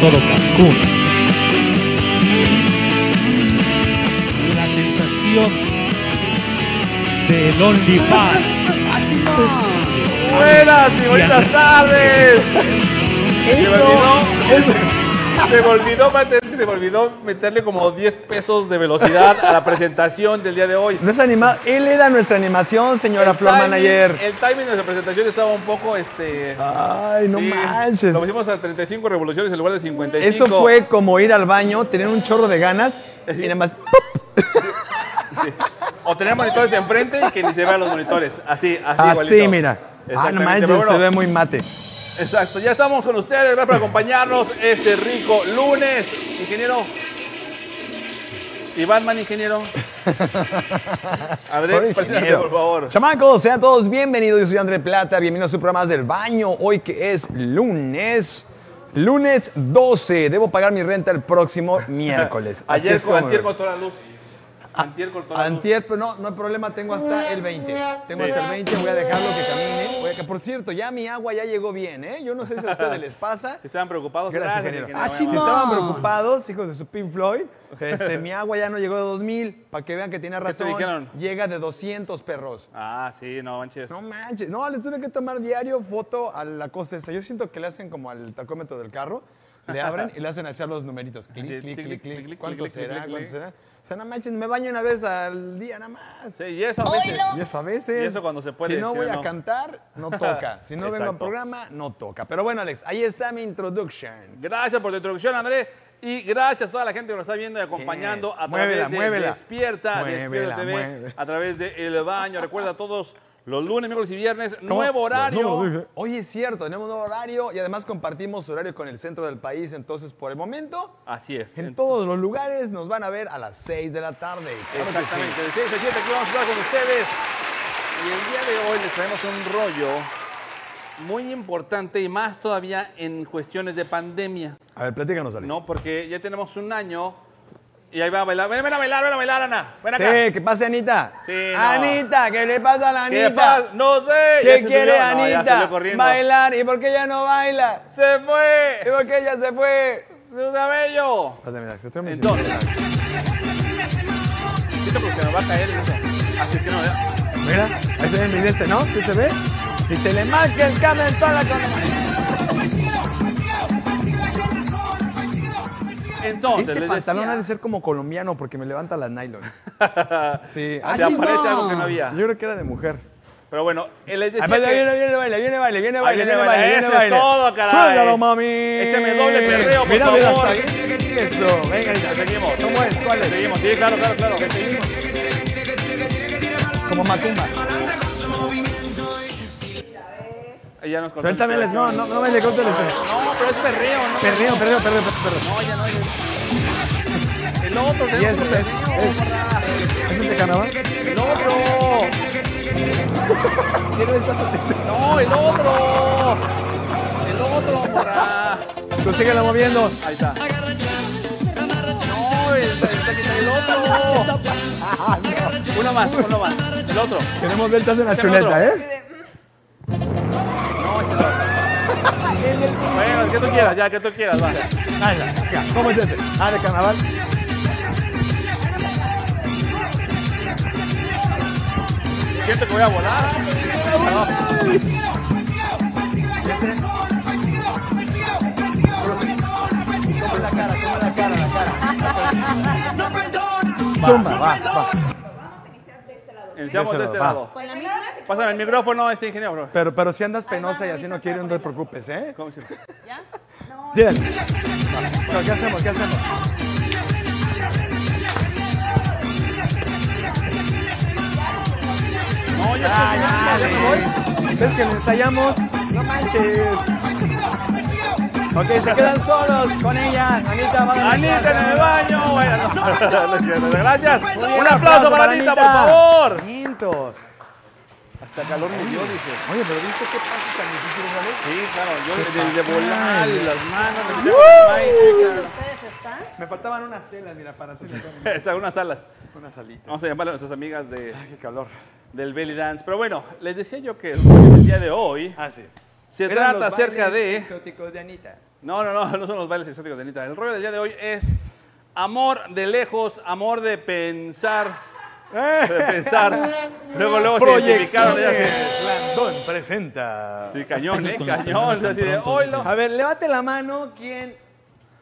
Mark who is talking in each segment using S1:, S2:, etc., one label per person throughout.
S1: solo Cancún. La sensación del OnlyFans.
S2: Buenas y bonitas tardes. Se me
S3: Eso.
S2: olvidó, se me olvidó, Mate, es que se me olvidó meterle como 10 pesos de velocidad a la presentación del día de hoy.
S3: No es animado. Él era nuestra animación, señora Floor
S2: timing-
S3: Manager.
S2: El timing de la presentación estaba un poco este.
S3: Ay, no
S2: sí,
S3: manches.
S2: Lo pusimos a 35 revoluciones en lugar de 55.
S3: Eso fue como ir al baño, tener un chorro de ganas y nada más.
S2: O tener monitores de enfrente y que ni se vean los monitores. Así, así.
S3: Así,
S2: igualito.
S3: mira. Ah, no
S2: Exactamente,
S3: manches,
S2: pero bueno,
S3: se ve muy mate.
S2: Exacto, ya estamos con ustedes, gracias por acompañarnos este rico lunes, ingeniero. Iván Man, ingeniero. Andrés, preséntate, pues, por favor.
S3: Chamacos, sean todos bienvenidos. Yo soy André Plata. Bienvenidos a su programa del baño. Hoy que es lunes. Lunes 12. Debo pagar mi renta el próximo miércoles. Así
S2: Ayer
S3: es como- Ah,
S2: con Antier cortó la luz. Antier cortó la luz.
S3: Antier, pero no, no hay problema, tengo hasta el 20. Tengo hasta el 20, voy a dejarlo que camine. Voy a- por cierto, ya mi agua ya llegó bien, ¿eh? Yo no sé si a ustedes les pasa.
S2: Si Estaban preocupados.
S3: Gracias, ingeniero.
S2: ingeniero.
S3: Si estaban preocupados, hijos de su Pink Floyd, este, mi agua ya no llegó de 2000, para que vean que tenía
S2: te
S3: razón.
S2: dijeron?
S3: Llega de 200 perros.
S2: Ah, sí, no manches.
S3: No manches, no, le tuve que tomar diario foto a la cosa esa. Yo siento que le hacen como al tacómetro del carro, le abren y le hacen hacer los numeritos.
S2: Sí,
S3: Clic, clic,
S2: clic,
S3: clic,
S2: clic, clic,
S3: clic. ¿Cuánto
S2: clic, clic,
S3: será?
S2: clic,
S3: ¿Cuánto
S2: clic.
S3: será? O sea, no manches, me baño una vez al día nada más.
S2: Sí, y eso a veces.
S3: Y eso a veces.
S2: Y eso cuando se puede,
S3: Si no
S2: ¿sí o
S3: voy a
S2: no?
S3: cantar, no toca. Si no vengo al
S2: Exacto.
S3: programa, no toca. Pero bueno, Alex, ahí está mi introduction.
S2: Gracias por tu introducción, Andrés. Y gracias a toda la gente que nos está viendo y acompañando a través
S3: Muévela,
S2: de
S3: muévela.
S2: Despierta,
S3: Muévela,
S2: Despierta TV,
S3: muévela.
S2: a través de El Baño. Recuerda todos los lunes, miércoles y viernes,
S3: ¿Cómo?
S2: nuevo horario.
S3: Hoy es cierto, tenemos nuevo horario y además compartimos horario con el centro del país. Entonces, por el momento,
S2: Así es.
S3: en todos los lugares nos van a ver a las 6 de la tarde. Claro que sí.
S2: Exactamente. De 6 a 7 aquí vamos a estar con ustedes. Y el día de hoy les traemos un rollo muy importante y más todavía en cuestiones de pandemia.
S3: A ver, platícanos, Alex.
S2: No, porque ya tenemos un año y ahí va a bailar. Ven, ven a bailar, ven a bailar, Ana. Ven acá.
S3: Sí, ¿qué pasa, Anita?
S2: Sí, no.
S3: Anita, ¿qué le pasa a la
S2: ¿Qué
S3: Anita?
S2: pasa? No sé. ya
S3: ¿Qué
S2: se
S3: quiere
S2: subió. No, ya
S3: Anita?
S2: salió corriendo.
S3: Bailar. ¿Y por qué ella no baila?
S2: ¡Se
S3: ¿Y
S2: fue!
S3: por qué ella se fue?
S2: ¡Un cabello!
S3: Pásame, Alex, estoy muy
S2: Entonces. Siento como que me va a caer. dice. Así que no, ya.
S3: Mira, ahí se ve mi este, ¿no? ¿Sí se ve? Y se le marca el cable en toda la con-
S2: Entonces,
S3: Este
S2: les
S3: pantalón
S2: decía,
S3: ha de ser como colombiano porque me levanta las nylon. Sí,
S2: te
S3: yo
S2: aparece Ah, algo que no había.
S3: creo que era de mujer.
S2: Pero bueno, eh, les decía
S3: Ahí viene,
S2: que-
S3: viene, viene, baile, viene, baile, viene,
S2: Ahí
S3: baile,
S2: viene,
S3: viene,
S2: baile,
S3: baile,
S2: eso
S3: viene,
S2: es
S3: baile.
S2: todo, caray.
S3: Suéltalo, mami.
S2: Échame doble perreo, por
S3: Mira,
S2: favor.
S3: Mira, mira, mira, eso. Venga,
S2: Ya,
S3: Anita.
S2: seguimos.
S3: ¿Cómo es? ¿Cuál es?
S2: Seguimos, sí, claro, claro, claro. Seguimos.
S3: Como Macumba.
S2: Ahí Ya nos cortó el
S3: Suéltame,
S2: pelo.
S3: no, no, no me le cortes el perreo.
S2: No, pero es perreo, ¿no?
S3: Perreo, perreo, perreo, perreo.
S2: No, ya no. ya- El otro,
S3: Y
S2: tenemos
S3: eso
S2: otro
S3: es,
S2: perreo, gorda.
S3: ¿Es este carnaval?
S2: El otro. No, el otro. El otro, morra.
S3: Tú Pues síguelo moviendo.
S2: Ahí está. No, el, el, el otro. Uno más, uno más. El otro.
S3: Tenemos vueltas de la
S2: Échame otro.
S3: chuleta, ¿eh?
S2: No, este no. Bueno, el que tú quieras, ya, el que tú quieras, va.
S3: Ahí está. Ya, ¿Cómo es este? Ah, de carnaval.
S2: Siento que voy a volar. No,
S3: Zumba, va, va.
S2: iniciamos de este
S3: Va.
S2: lado. Pásame el micrófono a este ingeniero, bro.
S3: Pero, pero si andas penosa y así no quieren, no te preocupes, ¿eh?
S2: ¿Cómo se llama?
S3: Bien. Bueno, ¿qué hacemos? ¿Qué hacemos?
S2: No, yo estoy
S3: Ah, ya me voy. ¿Sabes que lo ensayamos? No manches. Ok, se quedan solos con ella. Anita, va a
S2: Anita en el baño. Bueno, no, no es cierto. gracias.
S3: Muy bien,
S2: Un aplauso para Anita, por favor.
S3: Vientos.
S2: Hasta calor me dio, dice.
S3: Oye, pero ¿viste qué pasos tan difíciles, Alex?
S2: Sí, claro, yo de, de volar y las manos, me
S3: Me faltaban unas telas, mira, para hacer
S2: unas alas.
S3: unas alitas.
S2: Vamos a llamar a nuestras amigas de,
S3: Ay, qué calor.
S2: del belly dance. Pero bueno, les decía yo que el día de hoy
S3: Ah, sí.
S2: se
S3: Eran
S2: trata
S3: los
S2: acerca
S3: bailes
S2: de
S3: exóticos de Anita.
S2: No, no, no, no son los bailes exóticos de Anita. El rollo del día de hoy es amor de lejos, amor de pensar. De pensar. Luego, luego se identificaron. ellas que-
S3: Blandón presenta.
S2: Sí, cañón, ¿eh?
S1: Con los
S2: Cañón.
S1: pronto,
S2: Así de, Ah,
S1: pronto,
S2: "Oilo".
S3: A ver, levante la mano quien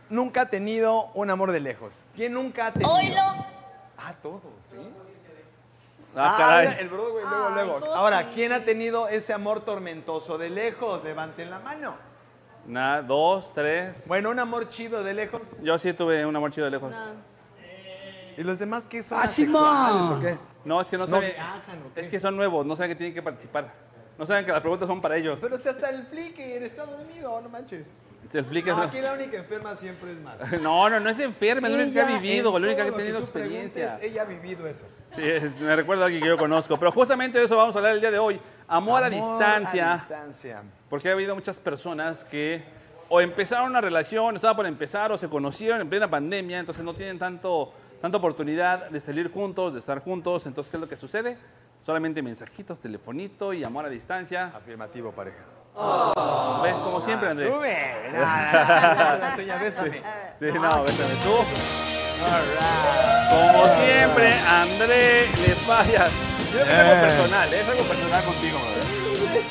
S3: nunca ha tenido un amor de lejos. ¿Quién nunca ha tenido?
S4: Oilo.
S3: Ah, todos, ¿sí?
S2: Ah,
S3: mira,
S2: caray.
S3: el Broadway, luego, luego. Ahora, ¿quién ha tenido ese amor tormentoso de lejos? Levanten la mano.
S2: Una, dos, tres.
S3: Bueno, un amor chido de lejos.
S2: Yo sí tuve un amor chido de lejos.
S3: ¿Y los demás qué
S2: Ah,
S3: son?
S5: Así,
S3: asexuales
S5: ma.
S3: o qué?
S2: No, es que no
S3: No
S2: saben.
S3: viajan, ¿o qué?
S2: Es que son nuevos, no saben que tienen que participar. No saben que las preguntas son para ellos.
S3: Pero si hasta el flique en Estados Unidos, no manches.
S2: Se explica.
S3: No, aquí la única enferma siempre es Marta.
S2: No, no, no es enferma, es la única que ha
S3: Ella,
S2: vivido,
S3: en
S2: la única
S3: todo
S2: que
S3: lo
S2: ha tenido
S3: tú
S2: experiencia.
S3: preguntes, Ella ha vivido eso.
S2: Sí, es- me recuerda a alguien que yo conozco. Pero justamente de eso vamos a hablar el día de hoy. Amor, a distancia.
S3: A distancia.
S2: Porque ha habido muchas personas que o empezaron una relación, estaba por empezar, o se conocieron en plena pandemia, entonces no tienen tanto, tanta oportunidad de salir juntos, de estar juntos. Entonces, ¿qué es lo que sucede? Solamente mensajitos, telefonito y amor a distancia.
S3: Afirmativo, pareja.
S2: ¿Ves? Como siempre, Andrés.
S3: Tuve. Nada, ya bésame.
S2: Sí, no, bésame tú. Como siempre, André le falla. Yo creo que es algo personal, ¿eh? es algo personal contigo, brother.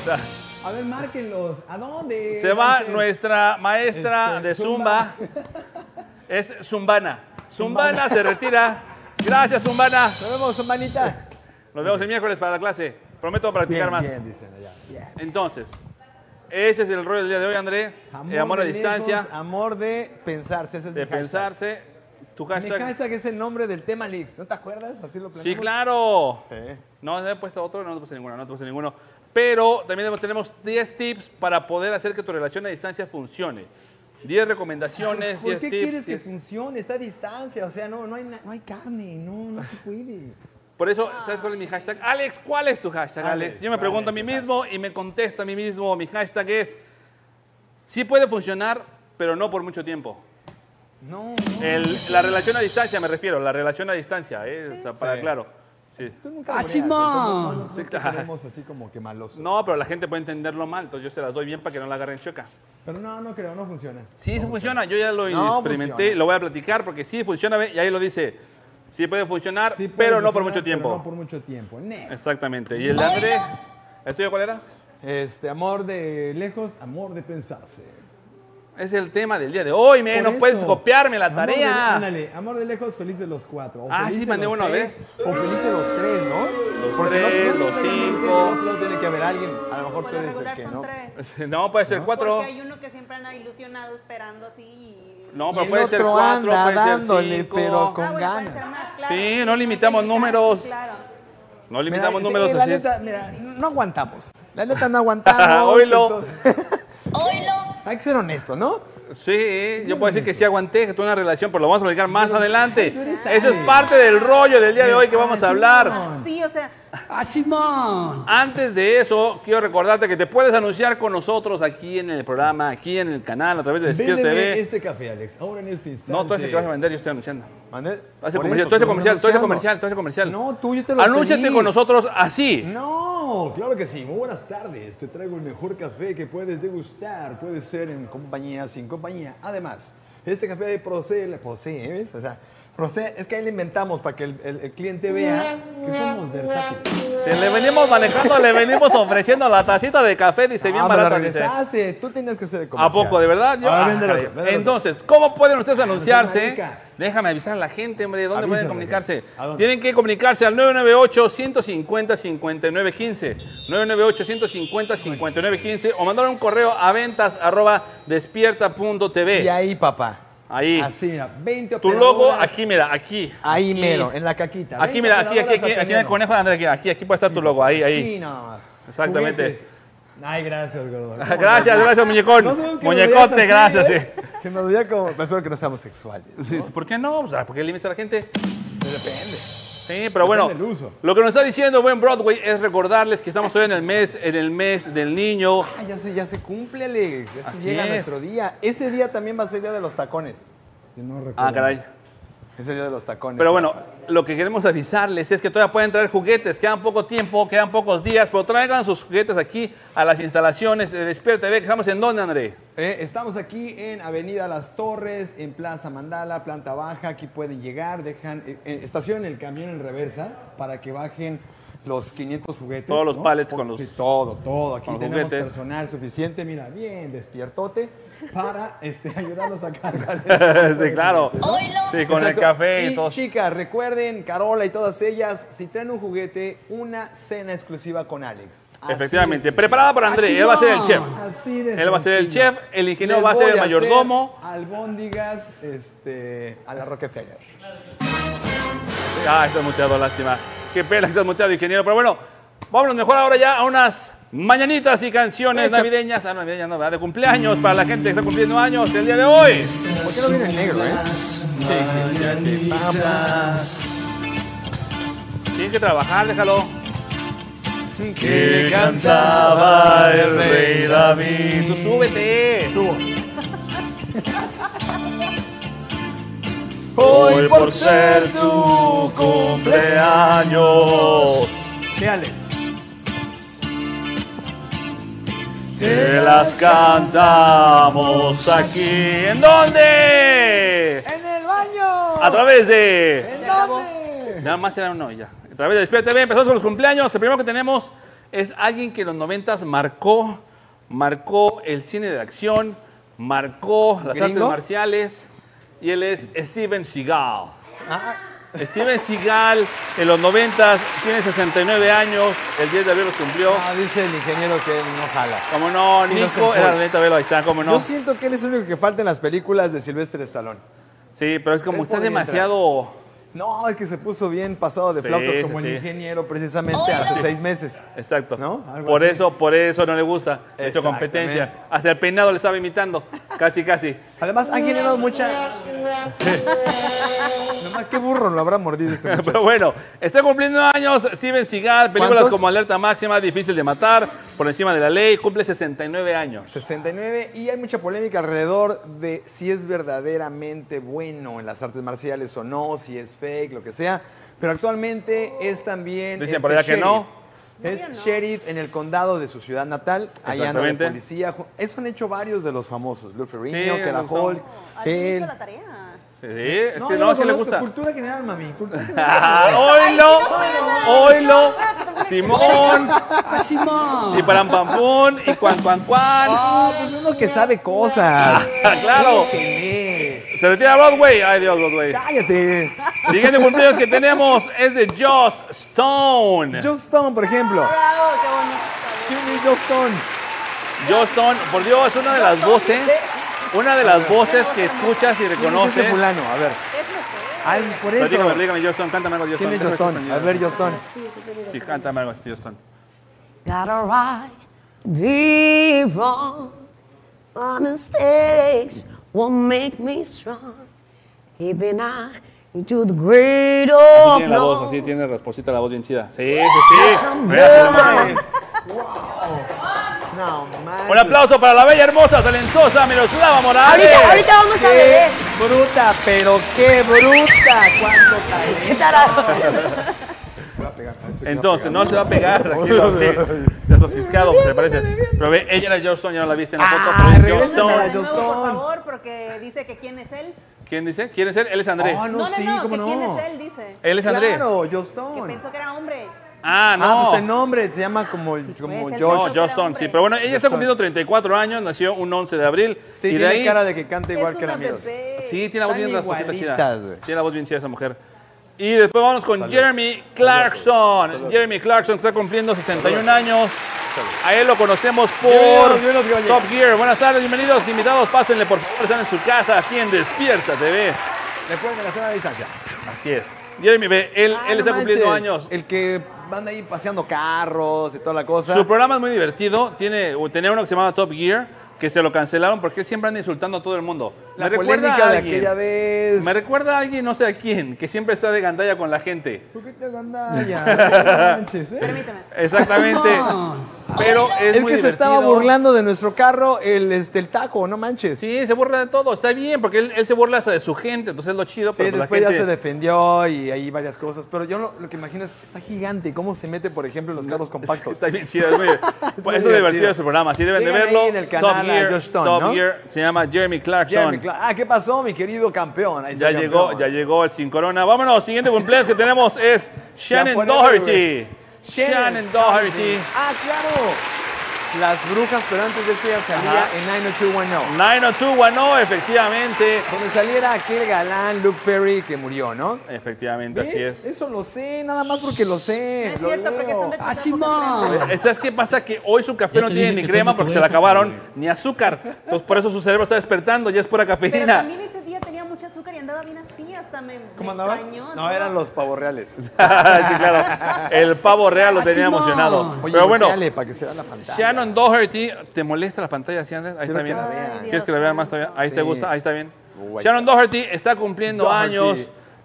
S2: O sea,
S5: A ver, márquenlos. ¿A dónde?
S2: se va
S5: Marquen.
S2: nuestra maestra
S5: Este,
S2: de Zumba.
S5: Zumba.
S2: Es Zumbana. Zumbana se retira. Gracias, Zumbana.
S5: Nos vemos, manita.
S2: Nos vemos el miércoles para la clase. Prometo practicar más.
S3: dicen allá.
S2: Eh, Entonces, ese es el rollo del día de hoy, André. Eh, amor a
S3: de
S2: distancia,
S3: lejos, amor de pensarse. Ese es
S2: de
S3: mi hashtag.
S2: pensarse. Tu
S3: Mi
S2: hashtag.
S3: hashtag es el nombre del tema Leaks. ¿No te acuerdas? Así lo
S2: Sí,
S3: planeamos.
S2: claro.
S3: Sí.
S2: No, no he puesto otro, no he puesto ninguno, no he puesto ninguno. Pero también tenemos 10 tips para poder hacer que tu relación a distancia funcione. 10 recomendaciones,
S5: ¿Por
S2: 10
S5: qué
S2: tips.
S5: quieres que
S2: 10
S5: funcione? Está a distancia. O sea, no, no, hay, na- no hay carne. No, no se puede.
S2: Por eso, ¿sabes cuál es mi hashtag? Alex, ¿cuál es tu hashtag, Alex?
S3: Alex,
S2: Yo me pregunto a mí mismo y me contesto a mí mismo. Mi hashtag es, sí puede funcionar, pero no por mucho tiempo.
S3: No, no.
S2: El- la relación a distancia, me refiero, la relación a distancia, ¿eh? O sea, para
S3: Sí.
S2: claro. Sí.
S3: Tú nunca lo
S5: Así,
S3: breas,
S5: ma.
S3: ¿no? No, no
S2: Sí,
S3: te
S2: claro.
S3: queremos así como que maloso.
S2: No, pero la gente puede entenderlo mal, entonces yo se las doy bien para que no la agarren chueca.
S3: Pero no, no creo, no funciona.
S2: Sí, sí funciona. Yo ya lo
S3: No
S2: experimenté,
S3: funciona.
S2: lo voy a platicar porque sí funciona ve, y ahí lo dice. Sí puede funcionar,
S3: Sí puede
S2: pero no por
S3: funcionar,
S2: mucho tiempo.
S3: pero no por mucho tiempo. Ne.
S2: Exactamente. Y el de Andrés, ¿el tuyo cuál era?
S3: Este, amor de lejos, amor de pensarse.
S2: Es el tema del día de hoy, me,
S5: Por
S2: Eh, no
S5: eso,
S2: puedes copiarme la
S5: amor de-
S2: tarea.
S5: ándale, amor de lejos, felices los cuatro. O
S2: Ah,
S5: felices
S2: sí, mandé
S5: los
S2: uno,
S5: seis.
S2: ¿ves?
S3: O felices los tres, ¿no?
S2: Los tres, los
S3: necesariamente
S2: cinco.
S3: no tiene que haber alguien. A lo mejor
S4: Por
S3: tú
S4: lo
S3: eres el
S4: regular
S3: que
S4: son
S3: no.
S4: tres.
S2: No, puede ser cuatro.
S4: Porque hay uno que siempre anda ilusionado esperando así. y-
S2: No,
S3: Y
S2: pero
S3: el
S2: puede ser
S3: otro
S2: cuatro,
S3: anda
S2: puede
S3: dándole,
S2: ser cinco.
S3: pero con-
S4: Ah, bueno, puede
S3: ganas.
S4: ser más, claro.
S2: Sí, no limitamos
S4: Claro,
S2: números.
S4: Claro.
S2: No
S3: Mira,
S2: limitamos
S3: sí,
S2: números
S3: eh, la
S2: así. es.
S3: neta, mira, no aguantamos. La neta no aguantamos.
S2: Oílo.
S3: entonces-
S4: Oilo.
S3: Hay que ser honesto, ¿no?
S2: Sí, yo puedo decir que sí aguanté, que tuve una relación, pero lo vamos a platicar más adelante. Eso es parte del rollo del día de hoy que vamos a hablar.
S4: Sí, o sea,
S5: Ah, Simón.
S2: Antes de eso, quiero recordarte que te puedes anunciar con nosotros aquí en el programa, aquí en el canal, a través de Despierta
S5: Véndeme
S2: TV.
S5: este café, Alex. Ahora en este instante.
S2: No, tú haces el que vas a vender, yo estoy anunciando.
S3: Mande-
S2: Tú haces
S3: por
S2: comercial,
S3: eso,
S2: tú haces
S3: pero no
S2: comercial, tú haces
S3: anunciando.
S2: comercial, tú haces comercial.
S3: No, tú, yo te lo
S2: Anúnciate
S3: pedí.
S2: con nosotros así.
S5: No, claro que sí. Muy buenas tardes. Te traigo el mejor café que puedes degustar. Puede ser en
S3: compañía sin compañía. Además, este café procede, posee, ¿ves? O sea, procede, es que ahí lo inventamos para que el, el- el cliente vea que somos versátiles.
S2: Te le venimos manejando, le venimos ofreciendo la tacita de café, dice bien
S3: Ah, me la
S2: barata, dice.
S3: regresaste, tú tenías que ser el
S2: ¿A
S3: comercial.
S2: poco, de verdad? Yo-
S3: Ahora
S2: Ah,
S3: véndelo,
S2: caray.
S3: véndelo.
S2: Entonces, ¿cómo pueden ustedes anunciarse?
S5: marica.
S2: Déjame avisar a la gente, hombre, ¿dónde
S3: Avísale,
S2: pueden comunicarse?
S3: ¿a dónde?
S2: Tienen que comunicarse al 998-150-5915. 998-150-5915 o mandar un correo a ventas arroba despierta.tv.
S3: Y ahí, papá.
S2: Ahí.
S3: Así, mira, 20
S2: Tu logo,
S3: operadoras,
S2: aquí, mira, aquí.
S3: Ahí
S2: aquí.
S3: mero, en la caquita.
S2: Aquí,
S3: 20
S2: mira, aquí, aquí,
S3: operadoras
S2: aquí, aquí en el
S3: atendiendo.
S2: conejo de Andrés, aquí, aquí, aquí puede estar tu logo, ahí,
S3: Aquí
S2: ahí.
S3: nada más.
S2: Exactamente.
S3: Juguetes. Ay, gracias, gordo.
S2: Gracias, gracias, muñecón.
S3: No sé que me veas
S2: Muñecote,
S3: así,
S2: gracias. sí.
S3: ¿eh? Que nos veía como. Espero que no seamos sexuales.
S2: Sí, ¿Por qué no? O sea, ¿por qué limitas a la gente?
S3: Pues Depende.
S2: Sí, pero bueno,
S3: del uso.
S2: lo que nos está diciendo Buen Broadway es recordarles que estamos todavía en el mes, en el mes del niño.
S3: Ah, ya se, ya se cumple, Alex. Ya se
S2: Así
S3: llega
S2: es.
S3: nuestro día. Ese día también va a ser día de los tacones.
S5: Si no recuerdo.
S2: Ah, caray.
S6: Es el día de los tacones.
S2: Pero bueno, lo que queremos avisarles es que todavía pueden traer juguetes, quedan poco tiempo, quedan pocos días, pero traigan sus juguetes aquí a las instalaciones de Despierta TV, que estamos en dónde, André.
S3: Eh, estamos aquí en Avenida Las Torres, en Plaza Mandala, planta baja. Aquí pueden llegar, dejan, eh, eh, estacionen el camión en reversa para que bajen los 500 juguetes.
S2: Todos los pallets con
S3: Sí,
S2: los-
S3: Todo, todo. Aquí
S2: con los
S3: tenemos
S2: juguetes.
S3: personal suficiente, mira, bien despiertote, para este, ayudarnos a cargar.
S2: sí, claro. Sí, con el
S3: Exacto.
S2: café y
S3: Y,
S2: todo.
S3: Chicas, recuerden, Carola y todas ellas, si traen un juguete, una cena exclusiva con Alex. Así
S2: Efectivamente.
S3: de
S2: Preparada por André,
S5: Así
S2: él va a ser el
S5: no.
S2: chef.
S3: Así de
S2: Él va a ser el
S3: sencillo.
S2: chef, el ingeniero
S3: Les
S2: va a ser
S3: voy
S2: el
S3: hacer
S2: mayordomo.
S3: albóndigas este, a la Rockefeller.
S2: Ah, estás muteado, lástima. Qué pena que estás muteado, ingeniero. Pero bueno, vámonos mejor ahora ya a unas mañanitas y canciones
S6: Echa-
S2: navideñas. Ah, no, navideñas no, ¿verdad? de cumpleaños para la gente que está cumpliendo años el día de hoy.
S3: ¿Por qué no viene el negro, eh?
S2: Tienen que trabajar, déjalo. Eh.
S6: Que cantaba el rey
S2: Tú
S6: David.
S2: súbete.
S6: Hoy por ser tu cumpleaños.
S3: Sí, Alex.
S6: Te las cantamos aquí.
S2: ¿Y en dónde?
S3: ¡En el baño!
S2: A través de.
S3: ¿En dónde?
S2: Nada más era uno ya. A través de Despierta TV empezamos con los cumpleaños. El primero que tenemos es alguien que en los noventas marcó, marcó el cine de acción, marcó las artes
S3: ¿Gringo?
S2: marciales. Y él es Steven Seagal.
S3: Ah.
S2: Steven Seagal en los noventas tiene 69 años. El 10 de abril los cumplió.
S3: Ah, dice el ingeniero que él no jala.
S2: Como no,
S3: Y no se
S2: Nico
S3: puede.
S2: era Violeta Velo, ahí está, como no.
S3: Yo
S2: Sí,
S3: siento que él es el único que falta en las películas de Sylvester Stallone.
S2: pero es como
S3: Él
S2: está
S3: podría
S2: demasiado.
S3: No, es que se puso bien pasado de
S2: Sí,
S3: flautas
S2: sí,
S3: como
S2: sí.
S3: el ingeniero precisamente hace seis meses.
S2: Exacto.
S3: ¿No? Algo
S2: Por
S3: así.
S2: eso, por eso no le gusta. Le hecho
S3: Exactamente.
S2: competencia. Hasta el peinado le estaba imitando. Casi, casi.
S3: Además, han generado mucha. Nomás, qué burro lo habrá mordido este
S2: Pero
S3: muchacho.
S2: bueno, está cumpliendo años Steven Seagal, películas
S3: ¿Cuántos?
S2: como Alerta Máxima, Difícil de Matar, Por Encima de la Ley, cumple 69 años.
S3: 69 y hay mucha polémica alrededor de si es verdaderamente bueno en las artes marciales o no, si es fake, lo que sea. Pero actualmente es también.
S2: Dicen por allá que no.
S3: Es
S4: No, yo no.
S3: sheriff en el condado de su ciudad natal. Ahí anda de
S2: Exactamente.
S3: policía. ju- Eso han hecho varios de los famosos. Lou Ferrigno,
S2: Sí,
S3: Kera
S2: los
S3: Holt,
S4: Alguien
S3: él.
S4: hizo la tarea.
S2: Sí, es que
S3: yo
S2: no,
S3: lo
S2: sí le
S3: conozco.
S2: gusta.
S3: Cultura general, mami. cultura general.
S2: Ah, oilo, oilo, Simón,
S5: Así no.
S2: y param pam pum, y cuan cuan cuan. Ah,
S3: Ah, pues uno que sabe cosas.
S2: claro.
S3: Déjenme.
S2: Se retira Broadway. Ay, Dios, Broadway.
S3: Cállate.
S2: Siguiente cumpleaños que tenemos es de Joss Stone.
S3: John Stone, por ejemplo.
S4: Ah, Bravo, qué bonito.
S3: ¿Quién es John Stone?
S2: Joss Stone, por Dios, es una de las voces. Una de las voces que escuchas y
S3: ¿Quién es ese
S2: reconoces.
S3: fulano? A ver.
S4: Es mujer.
S3: Ay, por eso.
S2: Dígame, dígame, Joss Stone, cántame algo de Joss
S3: ¿Quién
S2: Stone.
S3: es John Stone? A ver, John Stone.
S2: Sí, cántame algo este de Joss Stone.
S7: Got a right to be wrong. My mistakes won't make me strong. Keeping eye into the great
S2: Así
S7: old
S2: tiene la voz,
S7: known.
S2: así tiene rasposita la voz bien chida. Sí, sí, sí. Vea.
S3: No, man.
S2: Un aplauso para la bella, hermosa, talentosa Miroslava Morales.
S7: Ahorita, ahorita vamos a
S3: ¡Qué
S7: beber.
S3: bruta! ¡Pero qué bruta! ¡Cuánto talento!
S7: ¿Qué tal?
S2: Entonces, no se va a pegar. Aquí lo sí, desinfiscado, se parece. Pero ve, ella era Joss Stone, ya no la viste en la foto.
S3: Ah,
S2: pero es Joss
S3: regrésame a la
S2: Stone.
S3: John
S4: No, por
S3: Stone.
S4: favor, porque dice que quién es él.
S2: ¿Quién dice? ¿Quién es él? Él es André.
S3: Ah, no,
S4: No, no,
S3: sí,
S4: no,
S3: cómo
S4: que quién
S3: no.
S4: es él, dice.
S2: Él es André.
S3: Claro, John
S4: Que
S3: Stone.
S4: pensó que era hombre.
S2: Ah, no.
S3: Ah, pues el nombre se llama como, como
S4: puede ser
S2: No,
S3: Josh.
S4: Josh.
S2: Joss Stone, sí. Pero bueno, ella está
S3: Stone.
S2: cumpliendo 34 años, nació un 11 de abril.
S3: Sí,
S2: y de
S3: tiene
S2: ahí,
S3: cara de que canta igual
S4: es
S3: que
S4: una
S3: la Miros.
S4: bebé.
S2: Sí, tiene la voz bien
S3: Están
S2: rasposita chida.
S3: igualitas, güey.
S2: Tiene la voz bien chida esa mujer. Y después vamos con Jeremy Clarkson. Jeremy Clarkson que está cumpliendo 61 años. A él lo conocemos por
S3: Bienvenidos, bienvenidos, caballeros.
S2: Top Gear. Buenas tardes, bienvenidos, invitados. Pásenle, por favor, están en su casa. Aquí en Despierta TV.
S3: Después de la zona de distancia.
S2: Así es. Jeremy, ve, él,
S3: Ah,
S2: él
S3: no
S2: está cumpliendo
S3: manches,
S2: años.
S3: El que anda ahí paseando carros y toda la cosa.
S2: Su programa es muy divertido. Tiene, tenía uno que se llamaba Top Gear, que se lo cancelaron porque él siempre anda insultando a todo el mundo.
S3: la
S2: recuerda a
S3: polémica de
S2: alguien.
S3: aquella vez.
S2: Me recuerda a alguien, no sé a quién, que siempre está de gandalla con la gente.
S3: ¿Por qué te agandallas? No manches, ¿eh?
S4: Permíteme.
S2: Exactamente.
S5: Así no.
S2: Pero es,
S3: Es
S2: muy
S3: que se estaba
S2: divertido.
S3: burlando de nuestro carro el, este, el taco, no manches.
S2: Sí, se burla de todo, está bien, porque él, él se burla hasta de su gente, entonces es lo chido.
S3: Sí,
S2: pero pues la
S3: después ya
S2: gente-
S3: se defendió y hay varias cosas. Pero yo lo, lo que imagino es, está gigante. ¿Cómo se mete, por ejemplo, en los carros compactos?
S2: Está bien chido, es muy,
S3: muy
S2: Eso es divertido
S3: divertido.
S2: ese programa, sí deben de
S3: Sigan
S2: verlo.
S3: ahí en el canal
S2: Top
S3: a
S2: Gear,
S3: Josh Stone,
S2: Top
S3: ¿no?
S2: Gear, se llama Jeremy Clarkson.
S3: Jeremy Clark- Ah, ¿qué pasó, mi querido campeón? Ahí está
S2: Ya
S3: el
S2: llegó,
S3: campeón.
S2: ya llegó el sin corona. Vámonos, siguiente cumpleaños que tenemos es Shannon
S3: forever,
S2: Doherty.
S3: güey.
S2: Shannon Doherty.
S3: Ah, claro. Las brujas, pero antes de eso ya salía
S2: Ajá.
S3: en 90210.
S2: 90210, efectivamente.
S3: Donde saliera aquel galán Luke Perry que murió, ¿no?
S2: Efectivamente, así
S3: ¿Ves?
S2: es.
S3: Eso lo sé, nada más porque lo sé.
S4: No es
S3: lo
S4: cierto, porque
S3: leo.
S4: son de tu
S5: Así
S4: época,
S5: no.
S4: ¿verdad?
S2: Eh, ¿Sabes qué pasa? Que hoy su café
S1: Yo
S2: no
S1: te
S2: tiene
S1: dije
S2: ni
S1: que
S2: crema
S1: son de tu
S2: porque se la
S1: época,
S2: acabaron,
S1: güey.
S2: ni azúcar. Entonces por eso su cerebro está despertando, ya es pura
S4: Pero
S2: cafeína.
S4: también ese día tenía mucho azúcar y andaba bien así, hasta me, me
S3: ¿Cómo andaba?
S4: extrañó,
S3: No, eran los pavorreales.
S2: Sí, claro. El pavo real lo
S5: Así
S2: tenía
S5: no.
S2: emocionado.
S5: Oye,
S2: Pero bueno,
S3: volteale para que se vea la pantalla.
S2: Shannon Doherty, ¿te molesta la pantalla así, Andrés? Ahí
S3: Quiero
S2: está bien.
S3: que la vean.
S2: ¿Quieres que la vean más todavía? Ahí te
S3: Sí.
S2: gusta, ahí está bien.
S3: Uh, ahí
S2: Shannon Doherty está cumpliendo
S3: Doherty.
S2: años.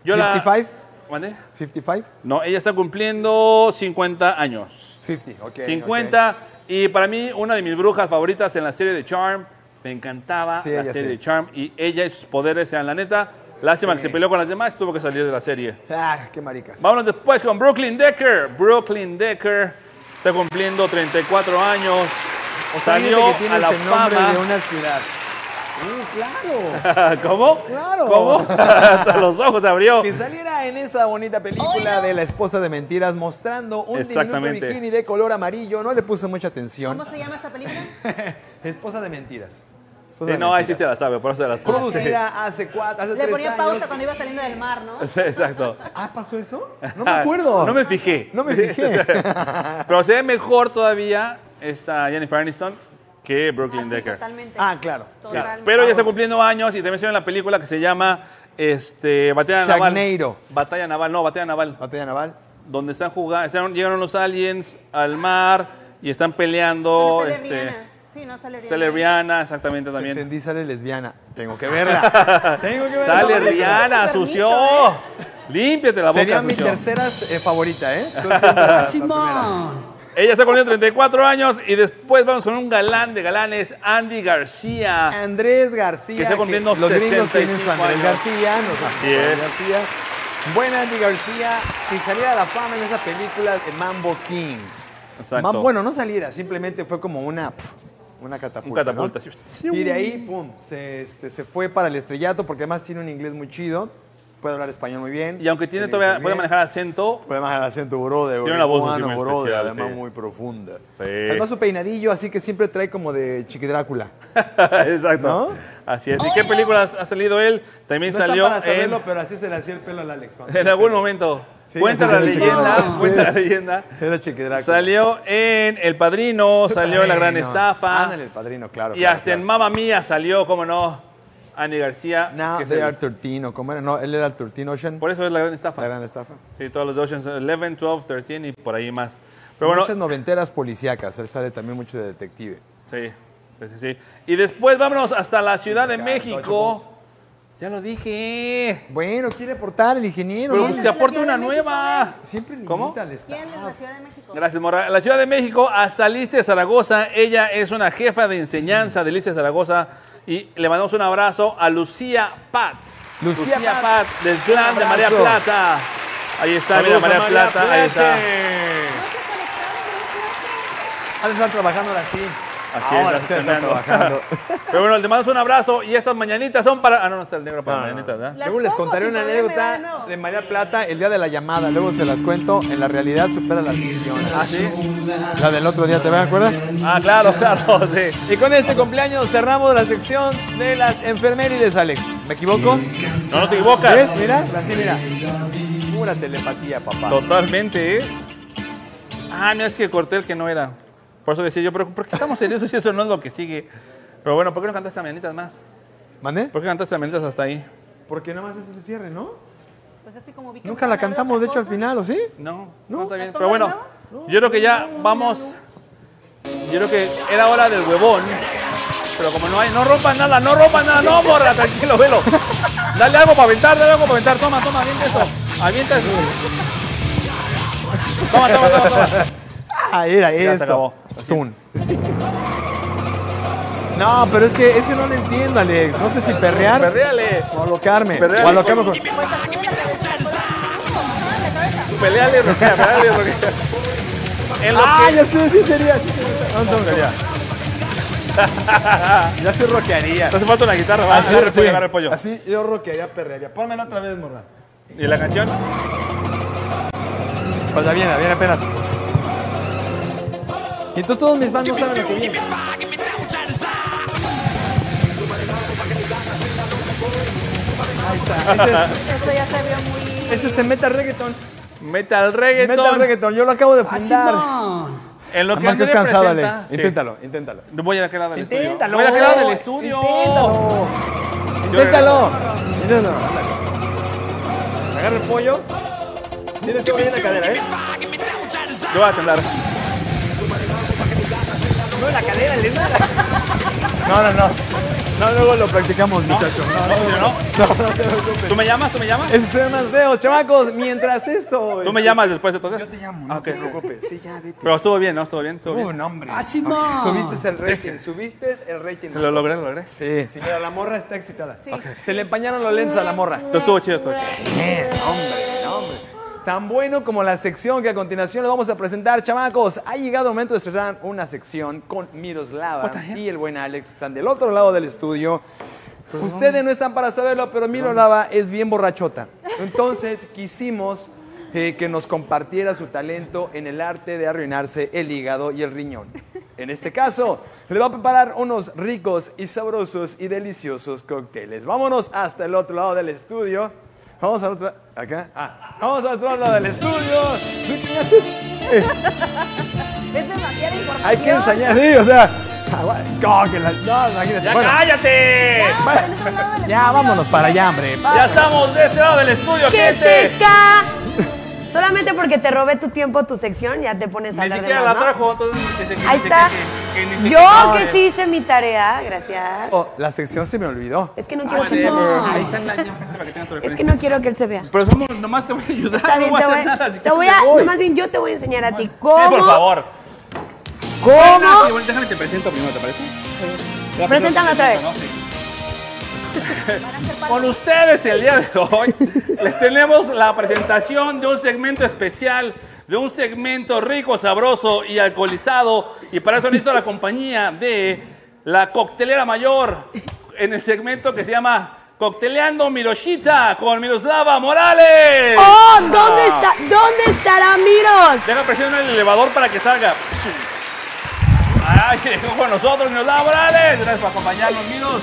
S2: Yo la-
S3: 55?
S2: ¿Mande?
S3: 55?
S2: No, ella está cumpliendo 50 años.
S3: 50, ok.
S2: 50. Y para mí, una de mis brujas favoritas en la serie de Charm. Me encantaba
S3: Sí,
S2: la
S3: ella
S2: serie
S3: sí.
S2: de Charm. Y ella y sus poderes sean la neta. Lástima que se peleó con las demás, tuvo que salir de la serie.
S3: ok. Ah, qué maricas.
S2: Vámonos después con Brooklyn Decker. Brooklyn Decker está cumpliendo 34 años.
S3: O sea,
S2: salió
S3: fíjate que
S2: a
S3: tienes
S2: la
S3: el nombre
S2: fama.
S3: de una ciudad. Uh, claro.
S2: ¿Cómo?
S3: Claro.
S2: ¿Cómo? Hasta los ojos se abrió.
S3: Que saliera en esa bonita película de la esposa de mentiras mostrando un diminuto
S2: Exactamente.
S3: bikini de color amarillo. No le puse mucha atención.
S4: ¿Cómo se llama esta película?
S3: Esposa de mentiras. Esposa
S2: Sí,
S3: de
S2: no, ahí sí se
S3: mentiras.
S2: la sabe, por eso se las puse.
S3: Producida hace cuatro, hace
S4: Le
S3: tres
S4: ponía
S3: años.
S4: pausa cuando iba saliendo del mar, ¿no?
S2: Sí, Exacto.
S3: Ah, ¿pasó eso? No me acuerdo.
S2: No me fijé.
S3: No me fijé.
S2: Pero se ve mejor todavía esta Jennifer Aniston que Brooklyn
S4: Así,
S2: Decker.
S4: totalmente.
S3: ah, claro.
S2: Sí.
S4: Total.
S2: Pero ya está cumpliendo años y también se ve en la película que se llama este, Batalla
S3: Sharknado.
S2: Naval. Batalla Naval, no, Batalla Naval.
S3: Batalla naval.
S2: donde están jugando, están- llegaron los aliens al mar y están peleando.
S4: No sale
S2: este,
S4: Rihanna. Sí, no sale Rihanna.
S2: sale Rihanna, exactamente también.
S3: Entendí, sale lesbiana. Tengo que verla. Tengo que verla.
S2: Sale
S4: Pero
S2: Rihanna,
S4: permiso,
S2: sució.
S4: ¿eh?
S2: Límpiate la boca,
S3: Sería mi
S2: sució.
S3: tercera eh, favorita, ¿eh? Entonces,
S5: Así no.
S2: Ella está cumpliendo 34 años y después vamos con un galán de galanes, Andy García.
S3: Andrés García.
S2: Que está cumpliendo
S3: los gringos
S2: 65
S3: tienen su Andrés
S2: años.
S3: García, nosotros
S2: Así
S3: Andrés
S2: es.
S3: García. Buen Andy García, que saliera a la fama en esa película de Mambo Kings.
S2: Exacto.
S3: Mam- bueno, no saliera, simplemente fue como una, pf, una catapulta.
S2: Un catapulta,
S3: ¿no?
S2: sí.
S3: Y de ahí, pum, se, este, se fue para el estrellato, porque además tiene un inglés muy chido, puede hablar español muy bien.
S2: Y aunque tiene
S3: inglés
S2: todavía,
S3: muy
S2: puede
S3: bien.
S2: manejar acento.
S3: Puede manejar el acento brode,
S2: Tiene una voz
S3: cubano,
S2: así muy
S3: brode,
S2: especial,
S3: además
S2: sí.
S3: muy profunda.
S2: Sí.
S3: Además su peinadillo, así que siempre trae como de chiquidrácula.
S2: Exacto.
S3: ¿No?
S2: Así es. ¿Y qué películas ha salido él? También salió en,
S3: pero así se le hacía el pelo al Alex. cuando-
S2: en algún momento.
S3: Sí,
S2: cuenta
S3: sí,
S2: la
S3: sí,
S2: leyenda,
S3: sí.
S2: cuenta la leyenda.
S3: Era chiquidrácula.
S2: Salió en El Padrino, salió en La Gran
S3: Padrino.
S2: Estafa.
S3: Ándale, el padrino, claro.
S2: Y
S3: claro,
S2: hasta
S3: claro.
S2: en Mamma Mía salió, cómo no, Annie García. que
S3: Now
S2: es
S3: they
S2: el-
S3: are 13, ¿o ¿cómo era? No, él era el 13 Ocean.
S2: Por eso es La Gran
S3: La
S2: Estafa.
S3: gran estafa.
S2: Sí, todos los de Ocean's 11, 12, 13 y por ahí más. Pero bueno,
S3: Muchas noventeras policíacas. Él sale también mucho de detective.
S2: sí, pues sí, sí, sí. Y después vámonos hasta la Ciudad de México. Ya lo dije.
S3: Bueno, quiere aportar el ingeniero.
S2: Pero
S3: ¿no?
S2: pues que aporte una nueva.
S3: Siempre limita
S2: ¿Cómo?
S3: al estado.
S4: ¿Quién es la Ciudad de México?
S2: Gracias, Morra. La Ciudad de México, hasta Liste Zaragoza. Ella es una jefa de enseñanza de Liste Zaragoza. Y le mandamos un abrazo a Lucía Pat.
S3: Lucía Pat.
S2: del clan
S3: Un
S2: de María
S3: abrazo.
S2: Plata. Ahí está, mira,
S3: Saludos a
S2: María,
S3: María
S2: Plata. Ahí está.
S3: Ha de estar Ah, trabajando ahora sí.
S2: Así es,
S3: ahora
S2: así
S3: sí ha de estar
S2: caminando.
S3: trabajando.
S2: Pero bueno, le mandamos un abrazo. Y estas mañanitas son para. Ah, no, no está el negro para
S3: No, no, no.
S2: mañanitas, ¿verdad?
S4: Las
S3: Luego les
S4: pongo,
S3: contaré
S4: si
S3: una
S4: todavía me da de
S3: anécdota
S4: nuevo.
S3: de María Plata el día de la llamada. Luego se las cuento. En la realidad supera la ficción.
S2: Ah, sí.
S3: La del otro día, ¿te vas a acordar?
S2: Ah, claro, claro, sí.
S3: Y con este cumpleaños cerramos la sección de las enfermerides, Alex. ¿Me equivoco?
S2: No, no te equivocas.
S3: ¿Ves? Mira, así mira. Pura telepatía, papá.
S2: Totalmente, ¿eh? Ah, mira, es que corté el que no era. Por eso decía yo, pero ¿por qué estamos en eso si eso no es lo que sigue? Pero bueno, ¿por qué no cantaste las mañanitas más?
S3: ¿Mande?
S2: ¿Por qué cantaste las mañanitas hasta ahí?
S3: Porque nada más es el cierre, ¿no?
S4: Pues así como vi que
S3: Nunca la
S4: me hablaron
S3: cantamos, de hecho, al
S4: otra cosa.
S3: final, ¿o sí?
S2: No, no,
S3: No.
S2: está bien.
S4: ¿Las
S2: Pero
S4: pongo de
S2: bueno, yo creo que ya vamos. Yo creo que era hora del huevón. Pero como no hay, no rompan nada, no rompan nada, no borra, tranquilo, velo. Dale algo para aventar, dale algo para aventar. Toma, toma, avienta eso. Avienta eso. Toma, toma, toma, toma.
S3: Ah, era
S2: Ya se
S3: esto.
S2: acabó.
S3: Stun. No, pero es que eso no lo entiendo, Alex. No sé si perrear
S2: Perreale.
S3: o alocarme.
S2: Perreale.
S3: O alocarme con...
S2: Peleale, Roquea, peleale, Roquea. En lo
S3: Ah,
S2: que-
S3: ya sé, sí sería. sí sería. No, no, no.
S2: Ya.
S3: Ya se roquearía.
S2: Te hace falta una guitarra, va. Agarra el
S3: sí.
S2: Ah, pollo, agarra el pollo.
S3: Así yo roquearía, perrearía. Pónmela otra vez, morra.
S2: ¿Y la canción?
S3: Pues ya viene, ya viene apenas. Y entonces todos mis fans no saben lo que viene. Ahí está. Ese,
S4: Esto ya se vio muy...
S3: es- ese es el meta reggaeton.
S2: Metal reggaeton.
S3: Meta reggaeton, yo lo acabo de fundar.
S2: En lo que
S3: Además que es
S2: Andrea
S3: cansado, Alex.
S2: presenta- Sí.
S3: Inténtalo, inténtalo.
S2: Voy a aquel lado del estudio.
S3: Inténtalo.
S2: Voy a aquel lado
S7: eh.
S2: del estudio.
S3: Inténtalo.
S2: Yo
S3: Inténtalo. Inténtalo. Agarra el pollo. Tienes que abrir la cadera, ¿eh?
S2: Yo voy a temblar.
S3: No, no, no. No, luego lo practicamos, muchachos.
S2: No, no, yo no. ¿Tú me llamas? ¿Tú me llamas?
S3: Esos eran más feos, chamacos. Mientras esto.
S2: ¿Tú me llamas después entonces?
S3: Yo te llamo, no
S2: Ah, ok.
S3: te preocupes. Sí, ya, vete.
S2: Pero estuvo bien, ¿no? Estuvo bien, estuvo
S3: Uh,
S2: bien.
S3: no, hombre. Ok, Subiste el rating, subiste el rating.
S2: Lo logré, lo logré.
S3: Sí, señora, la morra está excitada.
S4: Sí.
S3: Se le empañaron los lentes a la morra.
S2: Esto estuvo chido, estuvo chido.
S3: Bien, hombre, no, hombre. Tan bueno como la sección que a continuación le vamos a presentar, chamacos. Ha llegado el momento de estrenar una sección con Miroslava y el buen Alex. Están del otro lado del estudio. Ustedes no están para saberlo, pero Miroslava es bien borrachota. Entonces quisimos eh, que nos compartiera su talento en el arte de arruinarse el hígado y el riñón. En este caso, le va a preparar unos ricos y sabrosos y deliciosos cócteles. Vámonos hasta el otro lado del estudio. Vamos al otro. Acá. Ah, vamos al otro lado del estudio. ¿Tú qué haces?
S4: Es demasiada información.
S3: Hay que ensayar, sí, o sea. agua- No, que la- no, imagínate.
S2: ¡Ya
S3: Bueno,
S2: cállate!
S3: ya vámonos para allá, hombre.
S2: Ya estamos de este lado del estudio,
S7: ¡Qué
S2: gente.
S7: peca! Solamente porque te robé tu tiempo, tu sección, ya te pones a
S2: Ni
S7: hablar de
S2: siquiera la
S7: más, ¿no?
S2: trajo, entonces que se- que
S7: Ahí
S2: se-
S7: está.
S2: que- que ni se-
S7: Yo
S2: no,
S7: que
S2: eh.
S7: sí hice mi tarea, gracias.
S3: Oh, la sección se me olvidó.
S7: Es que no
S2: Ah,
S7: quiero
S2: sí,
S7: que
S2: pero Ahí
S7: no.
S2: está en la ña, para que tengan tu
S7: Es que
S2: referencia.
S7: no quiero que él se vea.
S2: Pero somos, nomás te voy a ayudar,
S7: Está
S2: Ah, no
S7: bien,
S2: voy
S7: te
S2: a
S7: voy,
S2: hacer nada. así
S7: te
S2: que
S7: voy
S2: me
S7: a,
S2: voy.
S7: no, más bien yo te voy a enseñar a ti cómo,
S2: Sí, por favor.
S7: cómo
S2: Nancy, déjame te presento primero, ¿te parece? Ya,
S7: Preséntame
S2: pues,
S7: otra vez.
S2: ¿no? Sí. Con ustedes el día de hoy les tenemos la presentación de un segmento especial, de un segmento rico, sabroso y alcoholizado. Y para eso necesito la compañía de la coctelera mayor en el segmento que se llama Cocteleando Miroshita con Miroslava Morales.
S7: Oh,
S2: Ah.
S7: ¿dónde está? ¿Dónde estará Miros?
S2: Deja presionar el elevador para que salga. Ay, que dejó con nosotros, Niños Laborales. Gracias por acompañarnos, amigos.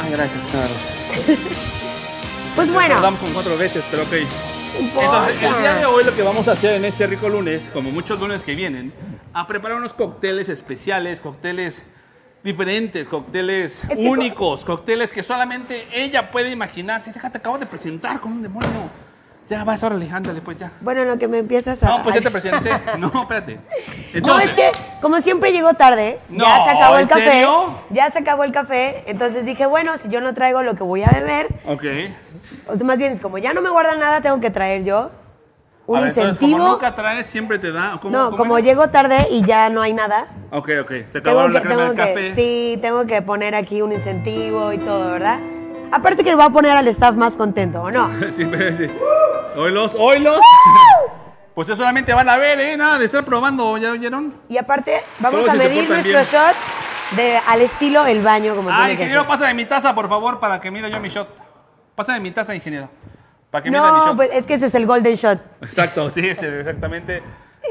S2: Ay, gracias, Carlos.
S7: Pues
S2: Nos
S7: bueno,
S2: damos con cuatro veces, pero ok.
S7: no importa.
S2: Entonces, el día de hoy lo que vamos a hacer en este rico lunes, como muchos lunes que vienen, a preparar unos cócteles especiales, cócteles diferentes, cócteles
S7: que co-
S2: únicos, cócteles que solamente ella puede imaginarse. Déjate, acabo de presentar con un demonio. Ya vas, órale, ándale, pues ya.
S7: bueno, en lo que me empiezas a
S2: No, pues ya te presenté. No, espérate.
S7: No, es que como siempre llegó tarde, ya
S2: No,
S7: se acabó el
S2: ¿en
S7: café,
S2: serio?
S7: ya se acabó el café, entonces dije, bueno, si yo no traigo lo que voy a beber,
S2: Ok.
S7: o sea, más bien es como ya no me guardan nada, tengo que traer yo un
S2: A ver, entonces,
S7: incentivo.
S2: como nunca traes, siempre te da. ¿o cómo-
S7: no,
S2: cómo
S7: como
S2: era?
S7: llego tarde y ya no hay nada,
S2: Ok, ok. Se
S7: tengo
S2: acabaron
S7: que,
S2: la crema
S7: tengo
S2: del
S7: que-
S2: café.
S7: sí, tengo que poner aquí un incentivo y todo, ¿verdad? Aparte que va a poner al staff más contento, ¿o no?
S2: sí, pero sí. Oilos, oilos. pues ustedes solamente van a ver, ¿eh? Nada de estar probando, ¿ya oyeron?
S7: Y aparte, vamos
S2: Solo
S7: a
S2: si se
S7: medir
S2: portan
S7: nuestros
S2: bien.
S7: shots de, al estilo el baño, como
S2: Ah,
S7: Pues tiene que
S2: ingeniero,
S7: ser.
S2: pasa de mi taza, por favor, para que mire yo mi shot. Pasa de mi taza, ingeniero. Para que mida mi
S7: No,
S2: shot.
S7: pues es que ese es el golden shot.
S2: Exacto, sí, es el- exactamente.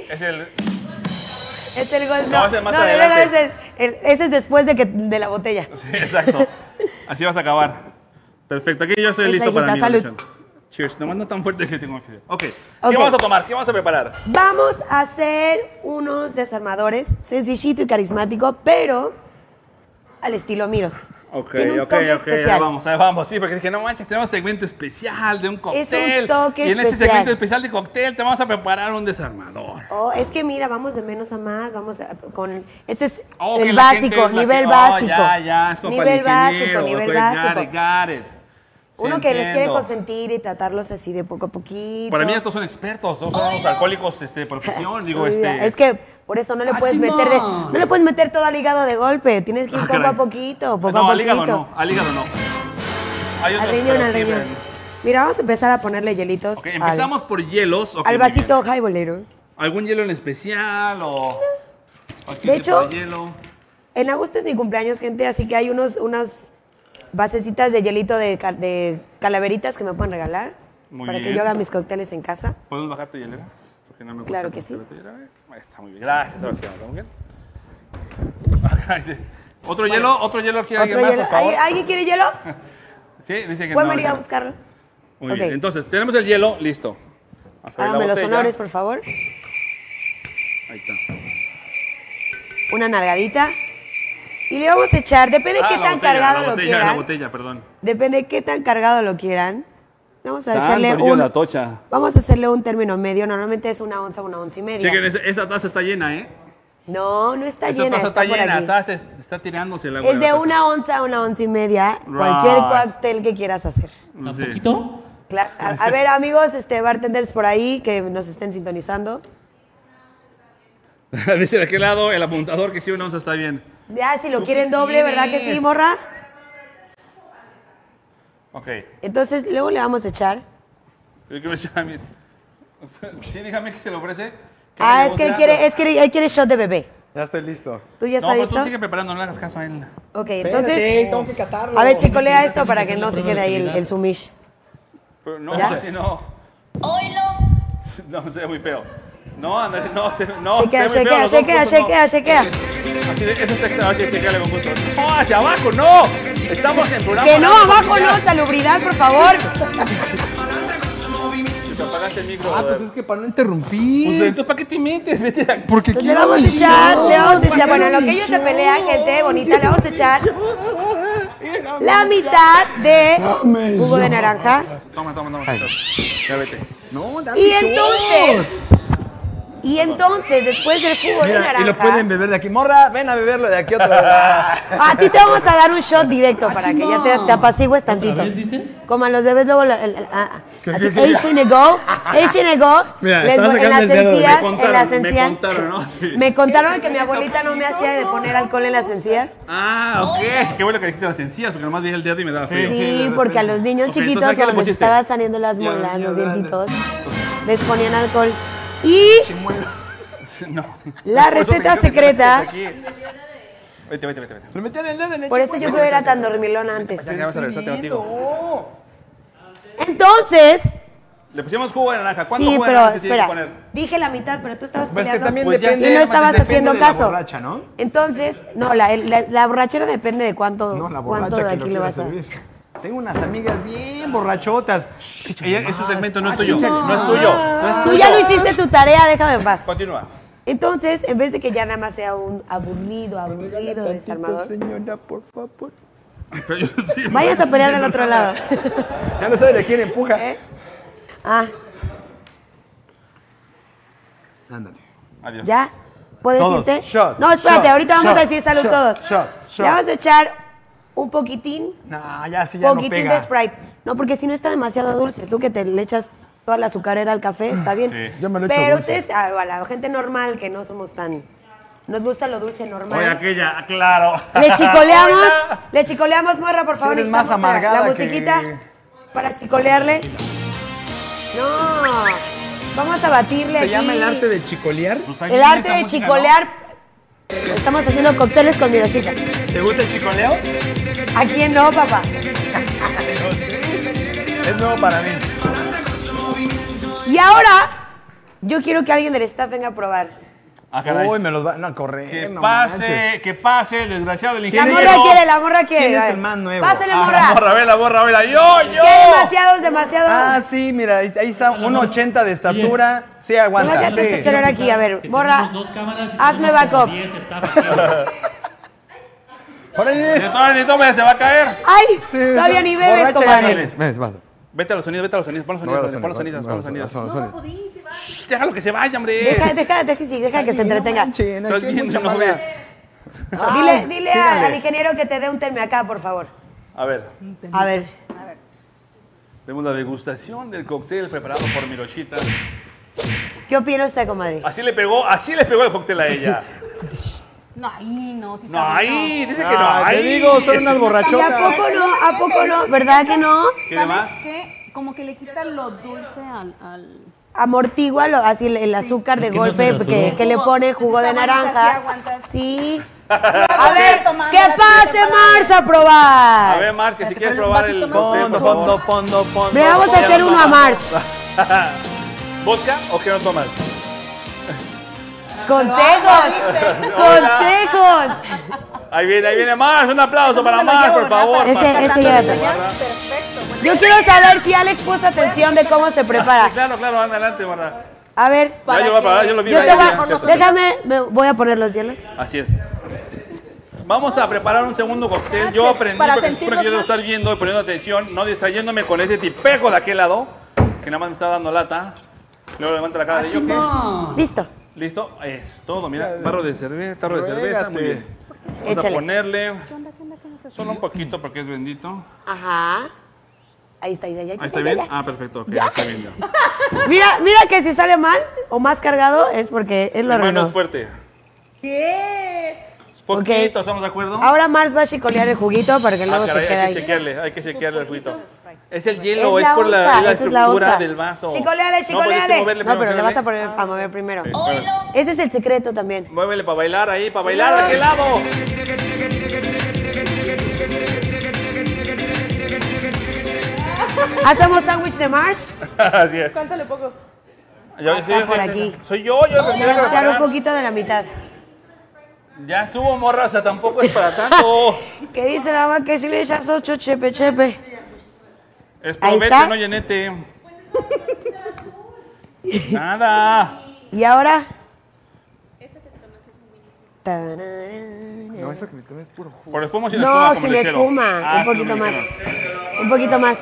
S2: Es el.
S7: Es el golden
S2: No,
S7: No,
S2: ese
S7: no,
S2: más
S7: de
S2: adelante.
S7: verdad, ese, es- el- ese es después de, que, de la botella.
S2: Sí, exacto. Así vas a acabar. Perfecto, aquí yo estoy
S7: Es
S2: listo para mi
S7: galleta, salud.
S2: evolución. Cheers, nomás no tan fuerte que tengo frío. Ok,
S7: Ok.
S2: ¿qué vamos a tomar? ¿Qué vamos a preparar?
S7: Vamos a hacer unos desarmadores, sencillito y carismático, pero al estilo Miros.
S2: Ok,
S7: Tiene un
S2: ok,
S7: toque
S2: ok, ahí
S7: especial.
S2: vamos, ahí vamos, sí, porque dije, no manches, tenemos segmento especial de un cóctel.
S7: toque
S2: Y en ese
S7: especial.
S2: segmento especial de cóctel te vamos a preparar un desarmador.
S7: Oh, es que mira, vamos de menos a más, vamos a- con este es
S2: Oh, que
S7: el
S2: la gente
S7: básico,
S2: es la
S7: nivel
S2: que- oh,
S7: básico.
S2: ya, ya, es como para el
S7: nivel básico,
S2: ingeniero,
S7: nivel
S2: ok,
S7: básico.
S2: got it, got it. Sí,
S7: Uno que les quiere
S2: entiendo.
S7: consentir y tratarlos así de poco a poquito.
S2: Para mí estos son expertos, todos son unos alcohólicos este, de profesión, digo,
S7: Ay,
S2: este...
S7: Es que Por eso no le
S5: Ah,
S7: puedes
S5: Simón.
S7: meter de- no le puedes meter todo al hígado de golpe. Tienes que ir
S2: Ah,
S7: poco
S2: caray.
S7: a poquito, poco
S2: no,
S7: a
S2: al hígado
S7: poquito.
S2: no, al hígado no. Hay
S7: Al
S2: otros,
S7: riñón,
S2: pero
S7: al
S2: sí,
S7: riñón.
S2: ven.
S7: Mira, vamos a empezar a ponerle hielitos
S2: Ok,
S7: al-
S2: empezamos por hielos. ok,
S7: al,
S2: muy bien.
S7: vasito highballero.
S2: ¿Algún hielo en especial o...? o aquí
S7: De
S2: se
S7: hecho-
S2: pone hielo?
S7: En agosto es mi cumpleaños, gente, así que hay unos, unas basecitas de hielito de, ca- de calaveritas que me pueden regalar
S2: Muy
S7: para que
S2: bien.
S7: yo haga mis cócteles en casa.
S2: ¿Podemos bajar tu hielera? Porque no me gusta
S7: Claro que
S2: mucho
S7: sí.
S2: la tu hielera. ¿eh? Ahí Está muy bien. Gracias, Sebastián. ¿Está muy bien? Ay, sí. ¿Otro hielo? ¿Otro hielo aquí? ¿Alguien
S7: Otro
S2: más,
S7: hielo.
S2: por favor?
S7: ¿Alguien- ¿Alguien quiere hielo?
S2: Sí, dice que
S7: Pueden
S2: no,
S7: venir a
S2: hielo.
S7: buscarlo.
S2: Muy
S7: Ok.
S2: bien, entonces tenemos el hielo, listo. Vamos a abrir la
S7: Háganme los
S2: botella.
S7: honores, por favor.
S2: Ahí está.
S7: Una nalgadita. Y le vamos a echar, depende
S2: Ah,
S7: qué
S2: la
S7: tan
S2: botella,
S7: cargado
S2: la
S7: lo
S2: botella, La
S7: quieran.
S2: botella, perdón.
S7: Depende qué tan cargado lo quieran. Vamos a
S2: Santo
S7: hacerle
S2: anillo de
S7: un.
S2: la tocha.
S7: Vamos a hacerle un término medio. Normalmente es una onza, una onza y media.
S2: Chequen, esa, esa taza está llena, ¿eh?
S7: No, no está
S2: esa
S7: llena,
S2: taza
S7: está,
S2: está,
S7: por
S2: llena,
S7: aquí.
S2: está, se- está tirándose el agua.
S7: Es de una onza a una onza y media, cualquier
S2: Right.
S7: cóctel que quieras hacer.
S2: una.
S1: ¿Un poquito?
S7: Cla- A, a ver, amigos, este bartenders por ahí que nos estén sintonizando.
S2: Dice de aquel lado el apuntador que sí, una onza está bien.
S7: Ya, si lo quieren doble, ¿verdad que sí, morra?
S2: Ok.
S7: Entonces, luego le vamos a echar.
S2: Yo quiero echar a mí. Sí, dígame que se le ofrece.
S7: Ah, es que él quiere, es que él quiere shot de bebé.
S3: Ya estoy listo.
S7: ¿Tú ya
S2: No,
S7: estás
S2: pues tú
S7: listo?
S2: sigue preparando, no le hagas caso a él.
S7: Ok,
S5: Espérate,
S7: entonces.
S5: tengo que catarlo.
S7: A ver, chico, lea esto para
S1: Tiene
S7: que
S1: que
S7: no
S1: hacer
S7: se
S1: la prueba
S7: quede
S1: de
S7: ahí el,
S1: calidad.
S7: el sumish.
S2: Pero no,
S7: ¿Ya?
S2: así no. No, se ve muy feo. No, Andrés, no, se, no. se
S7: Chequea,
S2: ve muy feo,
S7: chequea,
S2: los dos
S7: chequea,
S2: juntos no.
S7: chequea, chequea.
S2: Así de, eso está extra, así que chequeale con gusto. ¡No, hacia abajo, no! Estamos en programa.
S7: Que no,
S2: radio
S7: abajo no,
S2: familiar.
S7: salubridad, por favor.
S2: Te apagaste el micro. Pues,
S3: Ah, pues es que para no interrumpir.
S2: entonces, ¿para qué te metes? Vete a...
S3: Porque
S7: Entonces Pues le
S3: quiero Pues
S7: vamos a
S3: mi
S7: echar,
S3: show,
S7: le vamos a
S3: ¿para
S7: echar.
S3: qué
S7: Bueno, lo
S3: mi
S7: que ellos se
S3: show?
S7: pelean, gente bonita, le vamos a echar la mitad de jugo de naranja.
S2: Toma, toma, toma. Ya vete.
S3: No, dame
S7: Y
S3: show.
S7: entonces, y entonces, después del jugo de
S3: Mira, y lo pueden
S7: naranja,
S3: beber de aquí. Morra, ven a beberlo de aquí otra vez.
S7: a ti te vamos a dar un shot directo para que ya te, te apacigues tantito.
S1: ¿Otra vez dice?
S7: Como a los bebés luego, la- el- el- ah,
S3: ¿Qué,
S7: así,
S3: qué, qué?
S7: Asian ago, Asian ago,
S3: Mira,
S7: les-
S3: estaba
S7: en
S3: sacando
S7: las
S3: el dedo. Me
S7: encías, en
S2: contaron,
S7: las
S2: me
S7: encías.
S2: contaron, ¿no? Sí.
S7: Me contaron que mi abuelita no me hacía de poner alcohol en las encías.
S2: Ah, ok. Qué bueno que dijiste las encías, porque nomás vi el dedo y me daba frío.
S7: Sí, porque a los niños
S2: Ok,
S7: chiquitos
S2: entonces, ¿a qué le
S7: cuando les
S2: pusiste?
S7: estaban saliendo las
S3: Y a los
S7: muelas,
S3: niños
S7: los
S3: grandes.
S7: dientitos, les ponían alcohol. Y
S2: No.
S7: La
S2: Por eso te digo
S7: receta
S2: que te
S7: secreta.
S2: metes aquí. Vete, vete, vete, vete.
S3: Le metían el dedo en el
S7: por eso yo creo que era tan dormilón antes.
S2: Ya, ya vas a regresarte contigo.
S7: Entonces,
S2: Le pusimos jugo de naranja. ¿Cuánto
S7: sí,
S2: jugo de
S7: pero
S2: naranja se tiene que
S7: espera,
S2: poner?
S7: dije la mitad, pero tú estabas
S3: Pues que
S7: peleando.
S3: también
S2: Pues ya
S3: depende.
S7: y no
S2: sé,
S7: estabas
S3: depende
S7: haciendo
S3: de la
S7: caso.
S3: borracha, ¿no?
S7: Entonces, no, la, la, la borrachera depende de cuánto,
S3: No, la borracha
S7: cuánto de
S3: que
S7: aquí
S3: lo
S7: le
S3: quiera
S7: vas a
S3: servir. Tengo unas amigas bien borrachotas.
S2: Ella, ese segmento no es
S3: Ah, sí,
S2: tuyo.
S3: échale
S2: No
S3: más.
S2: es tuyo. No es
S7: Tú
S2: tuyo.
S7: ya lo hiciste tu tarea, déjame en paz.
S2: Continúa.
S7: Entonces, en vez de que ya nada más sea un aburrido, aburrido, desarmador,
S3: Señora, por favor.
S7: vayas a pelear al otro lado.
S3: Ya no sabe de quién empuja.
S7: ¿Eh? Ah,
S3: Ándale.
S2: Adiós.
S7: ¿Ya? ¿Puedes
S3: Todos.
S7: irte?
S3: Shot,
S7: no, espérate,
S3: shot,
S7: ahorita vamos
S3: shot,
S7: a decir salud
S3: shot,
S7: todos.
S3: shot, shot.
S7: Le vamos a echar un poquitín,
S3: Nah, ya sí, ya no
S7: poquitín de
S3: pega.
S7: Sprite. No, porque si no está demasiado dulce. Tú que te le echas toda la azucarera al café, está bien.
S2: Sí.
S3: Yo me lo echo
S7: Pero
S3: dulce.
S7: ustedes, a, a la gente normal que no somos tan... Nos gusta lo dulce normal.
S2: Oye, aquella, claro.
S7: Le chicoleamos,
S2: Hola.
S7: le chicoleamos, morra, por favor.
S3: eres más
S7: necesitamos la-
S3: amargada
S7: La
S3: que-
S7: musiquita para chicolearle. No, vamos a batirle
S3: Se llama
S7: aquí.
S3: el arte de chicolear.
S2: Pues está
S7: El
S2: bien
S7: arte
S2: esa
S7: de
S2: música,
S7: chicolear. Estamos haciendo cócteles con mi chica.
S2: ¿no? ¿Te gusta el chicoleo?
S7: ¿A quién no, papá?
S3: Es nuevo para mí.
S7: Y ahora, yo quiero que alguien del staff venga a probar.
S2: Ah, caray.
S3: Uy, me los van a correr.
S2: que
S3: no
S2: pase,
S3: manches.
S2: que pase, el desgraciado, el
S7: La
S2: ingeniero.
S7: morra quiere, la morra quiere.
S3: ¿Quién es
S7: a ver.
S3: el más nuevo?
S7: Pásale,
S2: Ah,
S7: morra.
S2: borra, vela, borra, vela. Yo, yo.
S7: ¡Qué demasiados, demasiados!
S3: Ah, sí, mira, ahí ahí está, 1.80 de estatura. Sí, aguanta.
S7: Gracias por
S3: Sí.
S7: estar ahora aquí. A ver,
S1: Que
S7: morra.
S1: tenemos dos cámaras y
S7: hazme
S1: tenemos como
S7: backup.
S1: 10 staff aquí.
S3: Órale.
S2: Ni toma, ni toma, se va a caer.
S7: ¡Ay!
S3: Sí,
S7: todavía
S3: sí.
S7: ni bebes,
S3: Borracha
S7: compadre.
S3: ya vienes. Ves, vas.
S2: Vete a los sonidos, vete a los sonidos. Pon los sonidos, pon los sonidos, pon los sonidos. Shh, Déjalo que se vaya, hombre.
S7: Deja, deja, deja, sí, deja que se entretenga.
S2: Estás viendo, no ves.
S7: Dile, dile a- al ingeniero que te dé un terme acá, por favor.
S2: A ver,
S7: A ver.
S2: tenemos la degustación del cóctel preparado por Mirochita.
S7: ¿Qué opina usted, comadre?
S2: Así le pegó, así le pegó el cóctel a ella.
S4: No, ahí no, si
S2: No, ahí, dice que no,
S3: Ah, te
S2: ahí.
S3: digo, son unas
S7: ¿Y a
S3: borrachonas.
S7: poco no? ¿A poco no? ¿Verdad que no?
S2: ¿Tiene más?
S4: ¿Sabes qué? Como que le quita lo dulce al... al...
S7: Amortigua lo- así el, el azúcar de
S1: Es que no se
S7: golpe
S1: lo
S7: porque,
S1: subo.
S7: que le
S4: Jugo,
S7: pone jugo de
S4: necesita
S7: naranja.
S4: aguantas,
S7: Sí.
S4: A
S7: A ver, que pase Mars a probar.
S2: A ver, Marc, que si
S4: Espérate,
S2: quieres
S4: ponle un
S2: probar
S4: vasito
S2: el
S4: más.
S2: cóctel,
S3: Fondo,
S2: por
S3: fondo,
S2: favor.
S3: fondo, fondo.
S7: Ve, vamos a
S3: fondo.
S7: hacer uno a Mars.
S2: ¿Vodka o qué no tomas?
S7: Consejos. Consejos.
S2: Ahí viene, ahí viene Mars, un aplauso para Mars, por favor.
S7: Ese-
S2: Mars.
S7: ese ya está.
S4: Perfecto. bueno.
S7: Yo quiero saber si Alex puso atención de cómo se prepara.
S2: Sí, claro, claro, anda, adelante, Mara.
S7: A ver,
S2: Ya yo, voy a parar, yo lo vi.
S7: yo te
S2: ya,
S7: voy
S2: ya,
S7: a-
S2: ya, ya.
S7: déjame, me voy a poner los hielos.
S2: Así es. Vamos a preparar un segundo cóctel. Yo aprendí
S4: Para
S2: porque se supone
S4: sentirnos
S2: que yo debo
S4: más-
S2: estar viendo y poniendo atención, no distrayéndome con ese tipejo de aquel lado, que nada más me está dando lata. Luego levanta la cara de yo.
S7: Listo.
S2: Listo, es todo, mira, barro de cerveza, tarro de cerveza, muy bien. Vamos a
S7: Échale.
S2: ponerle
S4: ¿Qué onda, qué onda, qué onda?
S2: solo un poquito porque es bendito.
S7: Ajá. Ahí está, ya, ya, ya,
S2: Ahí está
S7: ya,
S2: bien.
S7: ya.
S2: Ah, perfecto, ok, está bien ya.
S7: Mira, mira que si sale mal o más cargado es porque él lo
S2: Hermano es
S7: arruinó.
S2: fuerte.
S4: ¿Qué?
S2: Poquito,
S7: Ok.
S2: ¿estamos de acuerdo?
S7: Ahora Mars va a chicolear el juguito para que
S2: Ah,
S7: luego
S2: caray,
S7: se quede
S2: hay que
S7: ahí.
S2: chequearle, hay que chequearle el juguito. Es el hielo, es, por la,
S7: onza,
S2: es la
S7: esa es la
S2: estructura
S7: onza.
S2: del vaso.
S7: Chicoleale,
S2: No, pues, es que
S7: chicoleale.
S2: moverle
S7: No, pero le
S2: primero,
S7: vas a
S2: muévele.
S7: poner a mover primero.
S2: Muévele.
S7: Ese es el secreto también.
S2: Muévele para bailar ahí, para bailar, ¿a qué lado?
S7: ¿Hacemos sándwich de Mars?
S2: Así es.
S4: ¿Cuánto le pongo?
S2: Yo-
S7: Está por aquí.
S2: Soy yo, yo
S7: Le
S2: tendría
S7: vas
S2: que
S7: a echar un
S2: bailar.
S7: poquito de la mitad.
S2: Ya estuvo morra, o sea, tampoco es para tanto.
S7: ¿Qué dice la mamá que si le echas ocho chepe chepe?
S2: Es
S7: Ahí
S2: promete,
S7: está.
S2: no llenete. Nada.
S7: Y ahora...
S3: No, eso que me tomes es puro jugo.
S2: Por espuma o sin espuma.
S7: No,
S2: como
S7: sin
S2: lechero.
S7: espuma.
S2: Ah,
S7: un
S2: sí,
S7: poquito
S2: como
S7: más.
S2: lechero.
S7: Un poquito más.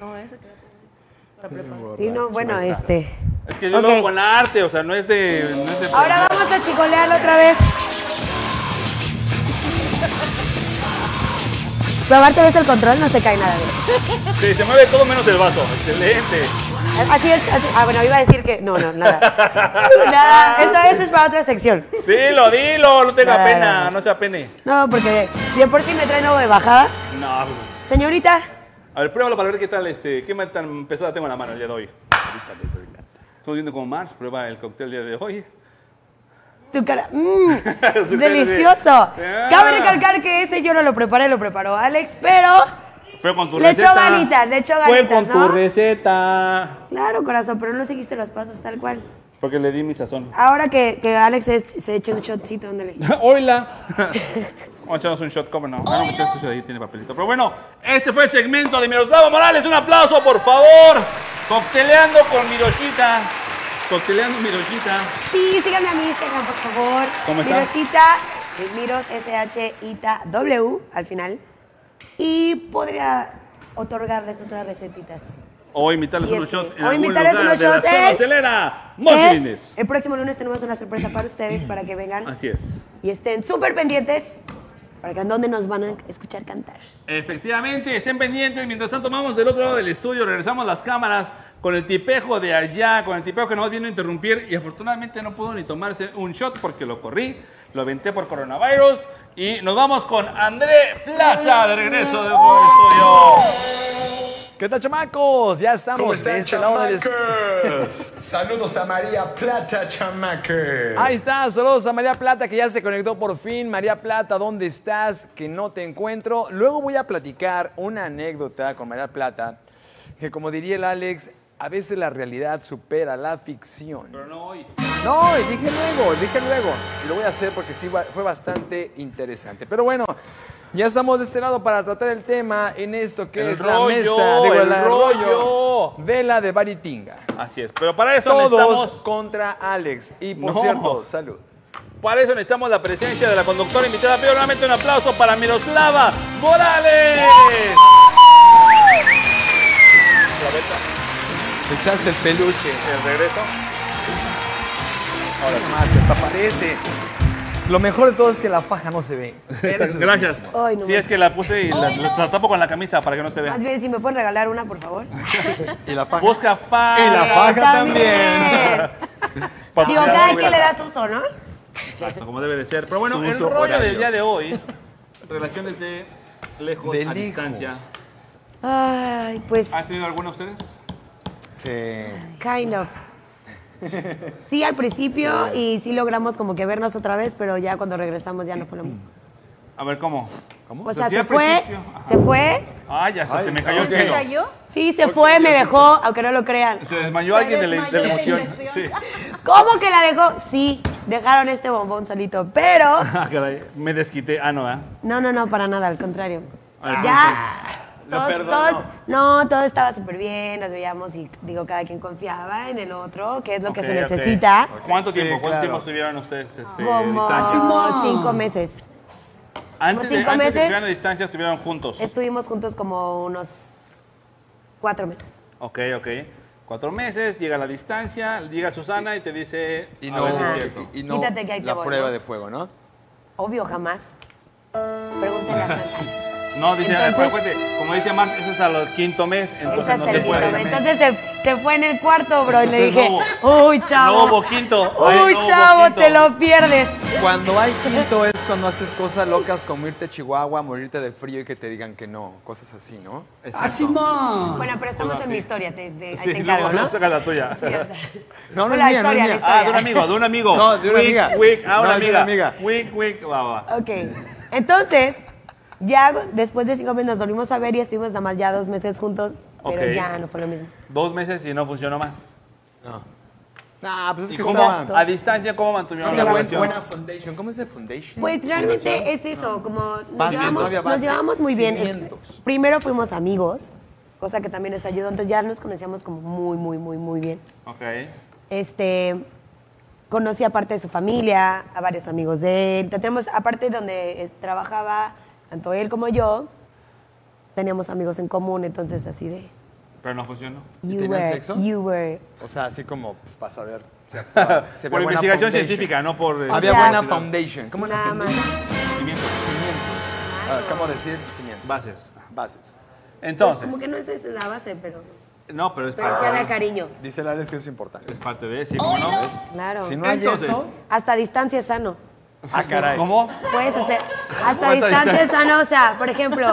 S4: No, eso que...
S7: Sí, no, bueno, este.
S2: Es que yo
S7: Ok.
S2: lo hago con arte, o sea, no es de. No es de
S7: Ahora vamos a chicolearlo otra vez. Probarte ves el control, no se cae nada. güey.
S2: Sí, se mueve todo menos el vaso. Excelente.
S7: Así es, así. Ah, bueno, iba a decir que. No, no, nada. nada. Eso, eso es para otra sección.
S2: Dilo, dilo, no tenga
S7: Nada, nada,
S2: pena,
S7: nada.
S2: no se apene.
S7: No, porque de por sí me traen algo de bajada.
S2: No.
S7: Señorita,
S2: A ver, pruébalo para ver qué tal, este, qué ma- tan pesada tengo en la mano el día de hoy. Estamos viendo como Mars prueba el cóctel el día de hoy.
S7: tu cara. mm,
S2: Su cara
S7: delicioso.
S2: de- Ah.
S7: Cabe recalcar que ese yo no lo preparé, lo preparó Alex, pero.
S2: Fue con tu
S7: Le echó
S2: receta.
S7: ganitas, le echó
S2: Fue
S7: ganitas,
S2: con tu
S7: ¿no?
S2: receta.
S7: Claro, corazón, pero no seguiste los pasos tal cual.
S2: Porque le di mi sazón.
S7: Ahora que, que Alex es- se eche un shotcito, ándale.
S2: Hola. Vamos a echarnos un shot, ¿cómo no? Ah, no, porque eso ahí tiene papelito. Pero bueno, este fue el segmento de Miroslava Morales. Un aplauso, por favor. Cocteleando con Miroshita. Cocteleando Miroshita.
S7: Sí, síganme a mi Instagram, por favor.
S2: ¿Cómo estás?
S7: Mirosita, eh, Miros, S-H-I-T-A, W, al final. Y podría otorgarles otras recetitas.
S2: O invitarles
S7: Y
S2: unos
S7: este,
S2: shots en
S7: o
S2: algún
S7: invitarles
S2: lugar
S7: unos
S2: de la
S7: shots
S2: zona
S7: en-
S2: hotelera.
S7: Eh,
S2: Martínez.
S7: El próximo lunes tenemos una sorpresa para ustedes, para que vengan.
S2: Así es.
S7: Y estén súper pendientes, para que en donde nos van a escuchar cantar.
S2: Efectivamente, estén pendientes. Mientras tanto, vamos del otro lado del estudio, regresamos las cámaras con el tipejo de allá, con el tipejo que nos vino a interrumpir y afortunadamente no pudo ni tomarse un shot porque lo corrí, lo aventé por coronavirus y nos vamos con André Plaza de regreso del estudio.
S3: ¿Qué tal, chamacos? Ya estamos
S5: ¿Cómo
S3: de
S5: están,
S3: este lado del estudio.
S5: chamacas? Saludos a María Plata, chamacas.
S3: Ahí está, saludos a María Plata que ya se conectó por fin. María Plata, ¿dónde estás? Que no te encuentro. Luego voy a platicar una anécdota con María Plata, que como diría el Alex, a veces la realidad supera la ficción.
S2: Pero no hoy.
S3: No, y dije luego, dije luego. Y lo voy a hacer porque sí va- fue bastante interesante. Pero bueno, ya estamos de este lado para tratar el tema en esto que
S2: El
S3: es
S2: rollo,
S3: la mesa de
S2: el rollo.
S3: Vela de Baritinga.
S2: Así es, pero para eso
S3: Todos
S2: necesitamos,
S3: contra Alex. Y por
S2: No.
S3: cierto, salud.
S2: para eso necesitamos la presencia de la conductora invitada. Pido nuevamente un aplauso para Miroslava Morales.
S3: Te echaste el peluche.
S2: El regreso.
S3: Ahora más, hasta parece. Lo mejor de todo es que la faja no se ve. Eso es
S2: Gracias.
S3: buenísimo.
S7: Ay, no
S2: sí, es que la puse y la, la tapo con la camisa para que no se
S7: Más
S2: vea.
S7: bien, si me pueden regalar una, por favor.
S3: Y la faja.
S2: Busca fa.
S3: Y la faja
S7: también.
S2: para
S7: Digo,
S2: que
S7: cada
S2: no
S7: quien le
S2: vea.
S7: da su uso, ¿no?
S2: Exacto, como debe de ser. Pero bueno,
S3: Su
S2: el
S3: uso
S2: rollo del
S3: horario.
S2: día de hoy, relaciones de lejos
S3: De
S2: a
S3: lejos.
S2: distancia.
S7: Ay, pues,
S2: ¿Han tenido alguna ustedes?
S3: Sí.
S7: kind of. Sí, al principio y sí logramos como que vernos otra vez, pero ya cuando regresamos ya no fue lo mismo.
S2: A ver, ¿cómo? ¿Cómo?
S7: O sea, Pues se fue, se fue,
S2: Ah, Ay, ya hasta se me cayó el
S4: ¿Se
S2: cielo.
S4: cayó?
S7: sí, se fue, me dejó, aunque no lo crean.
S2: Se desmayó alguien de la, de la
S4: desmayó
S2: emoción.
S4: de la
S2: Sí.
S4: emoción.
S7: ¿Cómo que la dejó? Sí, dejaron este bombón solito, pero
S2: Ah, caray, me desquité. Ah, no, ¿eh?
S7: no, no, no, para nada, al contrario.
S2: Ah,
S7: Ya,
S3: Lo
S7: todos,
S3: perdonó.
S7: todos- no, todo estaba súper bien, nos veíamos y digo, cada quien confiaba en el otro, que es lo que se
S2: Ok, ok.
S7: necesita.
S2: ¿Cuánto
S3: Sí,
S2: tiempo? ¿Cuánto
S3: claro.
S2: tiempo estuvieron ustedes este,
S7: Como
S2: distancia?
S7: cinco meses.
S2: Antes de, antes de
S7: cinco
S2: que
S7: meses.
S2: estuvieran a distancia, estuvieron juntos.
S7: Estuvimos juntos como unos cuatro meses.
S2: Ok, ok. Cuatro meses, llega la distancia, llega Susana y te dice...
S3: Y
S2: a
S3: no,
S2: ver si es
S7: Ajá.
S2: cierto.
S3: y, y no
S7: Quítate que ahí te
S3: la
S7: voy,
S3: prueba
S7: ¿no?
S3: de fuego, ¿no?
S7: Obvio, jamás. Pregúntenle a Santa.
S2: No, dice,
S7: Entonces-
S2: pero acuérdate, como dice Mark, es hasta el quinto mes,
S7: Es
S2: entonces
S7: hasta
S2: no
S7: el
S2: se
S7: quinto
S2: puede.
S7: mes. Entonces se, se fue en el cuarto, bro, y le dije,
S2: No
S7: uy,
S2: No
S7: chavo.
S2: hubo quinto. Ay,
S7: Uy,
S2: no hubo
S7: chavo,
S2: quinto.
S7: te lo pierdes.
S3: Cuando hay quinto es cuando haces cosas locas como irte a Chihuahua, morirte de frío y que te digan que no, cosas así, ¿no?
S7: Bueno, pero estamos en mi historia, te, te, ahí
S2: Sí,
S7: te
S2: luego
S7: encargo, ¿no?
S2: sacas la tuya.
S7: Sí, o sea.
S3: No, no
S7: La
S3: es mía, no es
S7: historia,
S3: mía.
S7: la
S2: Ah, de un amigo, de un amigo.
S3: No, de una
S2: Wick,
S3: amiga.
S2: Wick, ah, una
S3: No, es de una
S2: amiga.
S3: amiga.
S2: Wick, Wick, va, va.
S7: Ok. Entonces, ya después de cinco meses nos volvimos a ver y estuvimos nada más ya dos meses juntos, pero
S2: Ok.
S7: ya no fue lo mismo.
S2: Dos meses y no funcionó más.
S3: Nah, pues es
S2: ¿Y
S3: que
S2: cómo?
S3: estaba...
S2: A distancia, ¿cómo mantuvieron
S3: Una
S2: la
S3: buen-
S2: relación?
S3: buena foundation. ¿Cómo es de foundation?
S7: Pues realmente es eso, como
S3: Bases,
S7: nos,
S3: no
S7: llevamos,
S3: había
S7: nos
S3: bases,
S7: llevamos muy bien.
S3: cimientos.
S7: Primero fuimos amigos, cosa que también nos ayudó, entonces ya nos conocíamos como muy, muy, muy, muy bien.
S2: Ok.
S7: Este, conocí a parte de su familia, a varios amigos de él. Tenemos, aparte donde eh, trabajaba tanto él como yo, teníamos amigos en común, entonces así de...
S2: Pero no funcionó.
S3: ¿Y
S7: You
S3: tenían
S7: were,
S3: sexo?
S7: you were.
S3: O sea, así como pues, para saber. se- se ve
S2: por
S3: buena
S2: investigación
S3: foundation.
S2: científica, no por... eh,
S3: Había
S7: Ya.
S3: buena foundation. ¿Cómo es
S7: Nada más.
S3: foundation?
S2: conocimiento.
S3: Cimientos. Ah, ¿Cómo decir cimientos?
S2: Bases.
S3: Bases.
S2: Entonces,
S7: Pues, Como que no es esa la base, pero...
S2: no, pero es
S7: Pero sí
S2: parte,
S3: Ah.
S7: había cariño.
S3: Dice la Alex que eso es importante.
S2: es parte de... Sí, ¿cómo no?
S7: Claro.
S3: Si no hay
S2: Entonces-
S3: eso...
S7: Hasta distancia es sano.
S3: Ah, caray.
S2: ¿Cómo?
S7: Puedes hacer hasta
S2: Hasta
S7: distancia
S2: distancia.
S7: es sana, o sea, por ejemplo,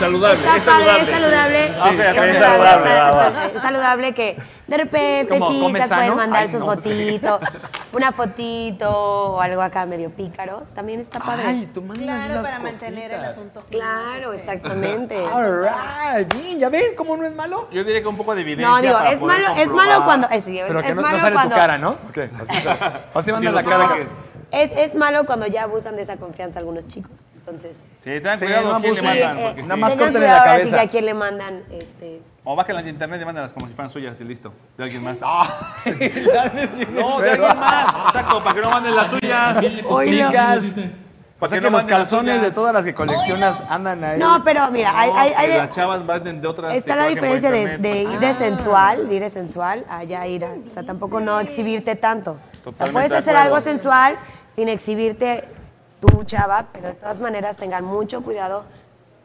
S2: Saludable,
S7: está
S2: es
S7: padre,
S2: saludable.
S7: es saludable,
S2: Ah, ok, ok, es
S7: está-
S2: saludable, ah,
S7: está-
S2: va,
S7: está- es saludable que de repente
S3: Es como, ¿come
S7: chicas pueden
S3: sano?
S7: mandar
S3: Ay,
S7: su
S3: no,
S7: fotito, una fotito o algo acá medio pícaros, también está padre.
S3: Ay, tú mandas
S4: Claro,
S3: esas
S4: para mantener el
S3: cositas.
S4: asunto. firme,
S7: claro,
S4: sí.
S7: exactamente.
S3: All right, bien, ya ven cómo no es malo.
S2: Yo diría que un poco de evidencia
S7: No, digo,
S2: para
S7: es
S2: poder
S7: malo, es malo
S2: comprobar.
S7: cuando es, sí, es-
S3: Pero que
S7: es
S3: no,
S7: malo
S3: no sale
S7: cuando
S3: tu cara, ¿no? Ok, así sale. Así manda la cara que
S7: es, es malo cuando ya abusan de esa confianza algunos chicos. Entonces,
S2: Sí, tengan
S3: Sí,
S2: cuidado
S3: no
S2: a quién le
S3: abusen.
S2: mandan.
S3: Sí, eh,
S2: porque
S3: nada
S2: sí.
S3: más
S7: tengan
S3: córtenle la
S7: cuidado ahora sí
S3: cabeza.
S7: que a quién le mandan este
S2: O bájenlas de internet y mándalas como si fueran suyas y listo. De alguien más.
S3: Ah,
S2: no, de alguien más. Exacto, para que no manden las suyas.
S3: Chicas,
S2: Para
S3: o sea
S2: que no
S3: que, los
S2: manden las
S3: calzones
S2: suyas.
S3: de todas las que coleccionas andan ahí.
S7: No, pero mira, hay, hay- hay
S2: que
S7: de-
S2: las chavas manden de otras.
S7: está
S2: que Ah.
S7: la
S2: bajen por
S7: diferencia de,
S2: internet.
S7: de ir de sensual, de ir de sensual, a ya ir a, o sea, tampoco no exhibirte tanto. O sea,
S2: Totalmente
S7: puedes
S2: de
S7: hacer
S2: acuerdo.
S7: algo sensual sin exhibirte tú, chava, pero de todas maneras tengan mucho cuidado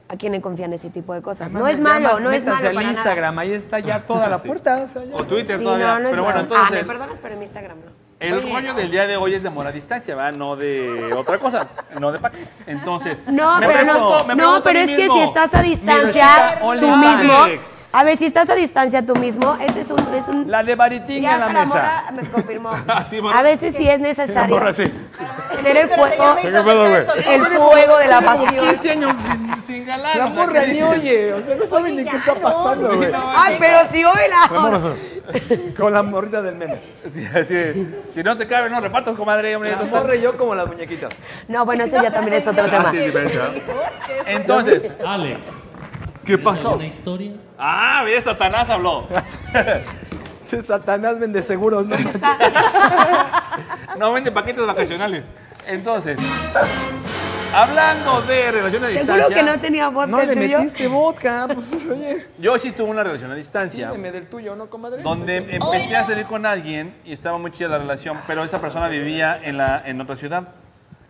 S7: a quien le confían ese tipo de cosas.
S3: Además,
S7: No es
S3: ya
S7: malo,
S3: más
S7: no es
S3: métanse
S7: malo
S3: al
S7: para nada.
S3: Instagram, ahí está ya toda la puerta. o sea, ya.
S2: O Twitter
S7: Sí,
S2: todavía.
S7: no, no es
S2: pero bueno,
S7: malo. ah, me
S2: entonces.
S7: perdonas, pero en mi Instagram no.
S2: el rollo del día de hoy es de amor a distancia, ¿verdad? No de otra cosa, no de Pax. Entonces,
S7: No,
S2: me
S7: pero
S2: pregunto-
S7: no,
S2: me
S7: no,
S2: pregunto a
S7: pero es
S2: mí
S7: que
S2: mismo,
S7: si estás a distancia
S2: Hiroshima
S7: tú
S2: OnlyFans.
S7: mismo, a ver, si estás a distancia tú mismo, este es un, es un
S3: La de Baritín
S7: Ya
S3: en la
S7: hasta
S3: mesa. Ah,
S7: morra me confirmó.
S2: Sí, morra.
S7: a veces sí es necesario
S3: Morra, sí.
S7: tener el
S4: Pero
S7: fuego,
S4: ya me hizo mucho esto,
S7: el fuego de la pasión.
S2: 15 años sin, sin jalar,
S3: La
S2: o sea,
S3: morra
S2: ¿qué
S3: ni
S2: dices?
S3: oye, o sea, no saben ni qué está pasando, güey.
S7: Ay, pero si hoy la...
S3: Con la morrita del meme.
S2: Sí, así es. si no te cabe, no repartas, comadre. hombre,
S3: La
S2: eso está-
S3: morra y yo como las muñequitas.
S7: No, bueno, eso ya también es otro tema.
S2: Ah, sí, es diferente, ¿verdad? Entonces,
S1: Alex,
S2: ¿qué pasó?
S1: ¿una historia?
S2: Ah, bien, Satanás habló.
S3: Che, Satanás vende seguros, ¿no?
S2: No vende paquetes vacacionales. Entonces, hablando de relaciones a
S7: Seguro
S2: distancia,
S7: que no tenía
S3: No
S7: vodka el
S3: le
S7: tuyo.
S3: metiste vodka, pues oye.
S2: yo sí tuve una relación a distancia.
S3: Dime del tuyo, ¿no, comadre?
S2: Donde empecé a salir con alguien y estaba muy chida la relación, pero esa persona vivía en, la, en otra ciudad.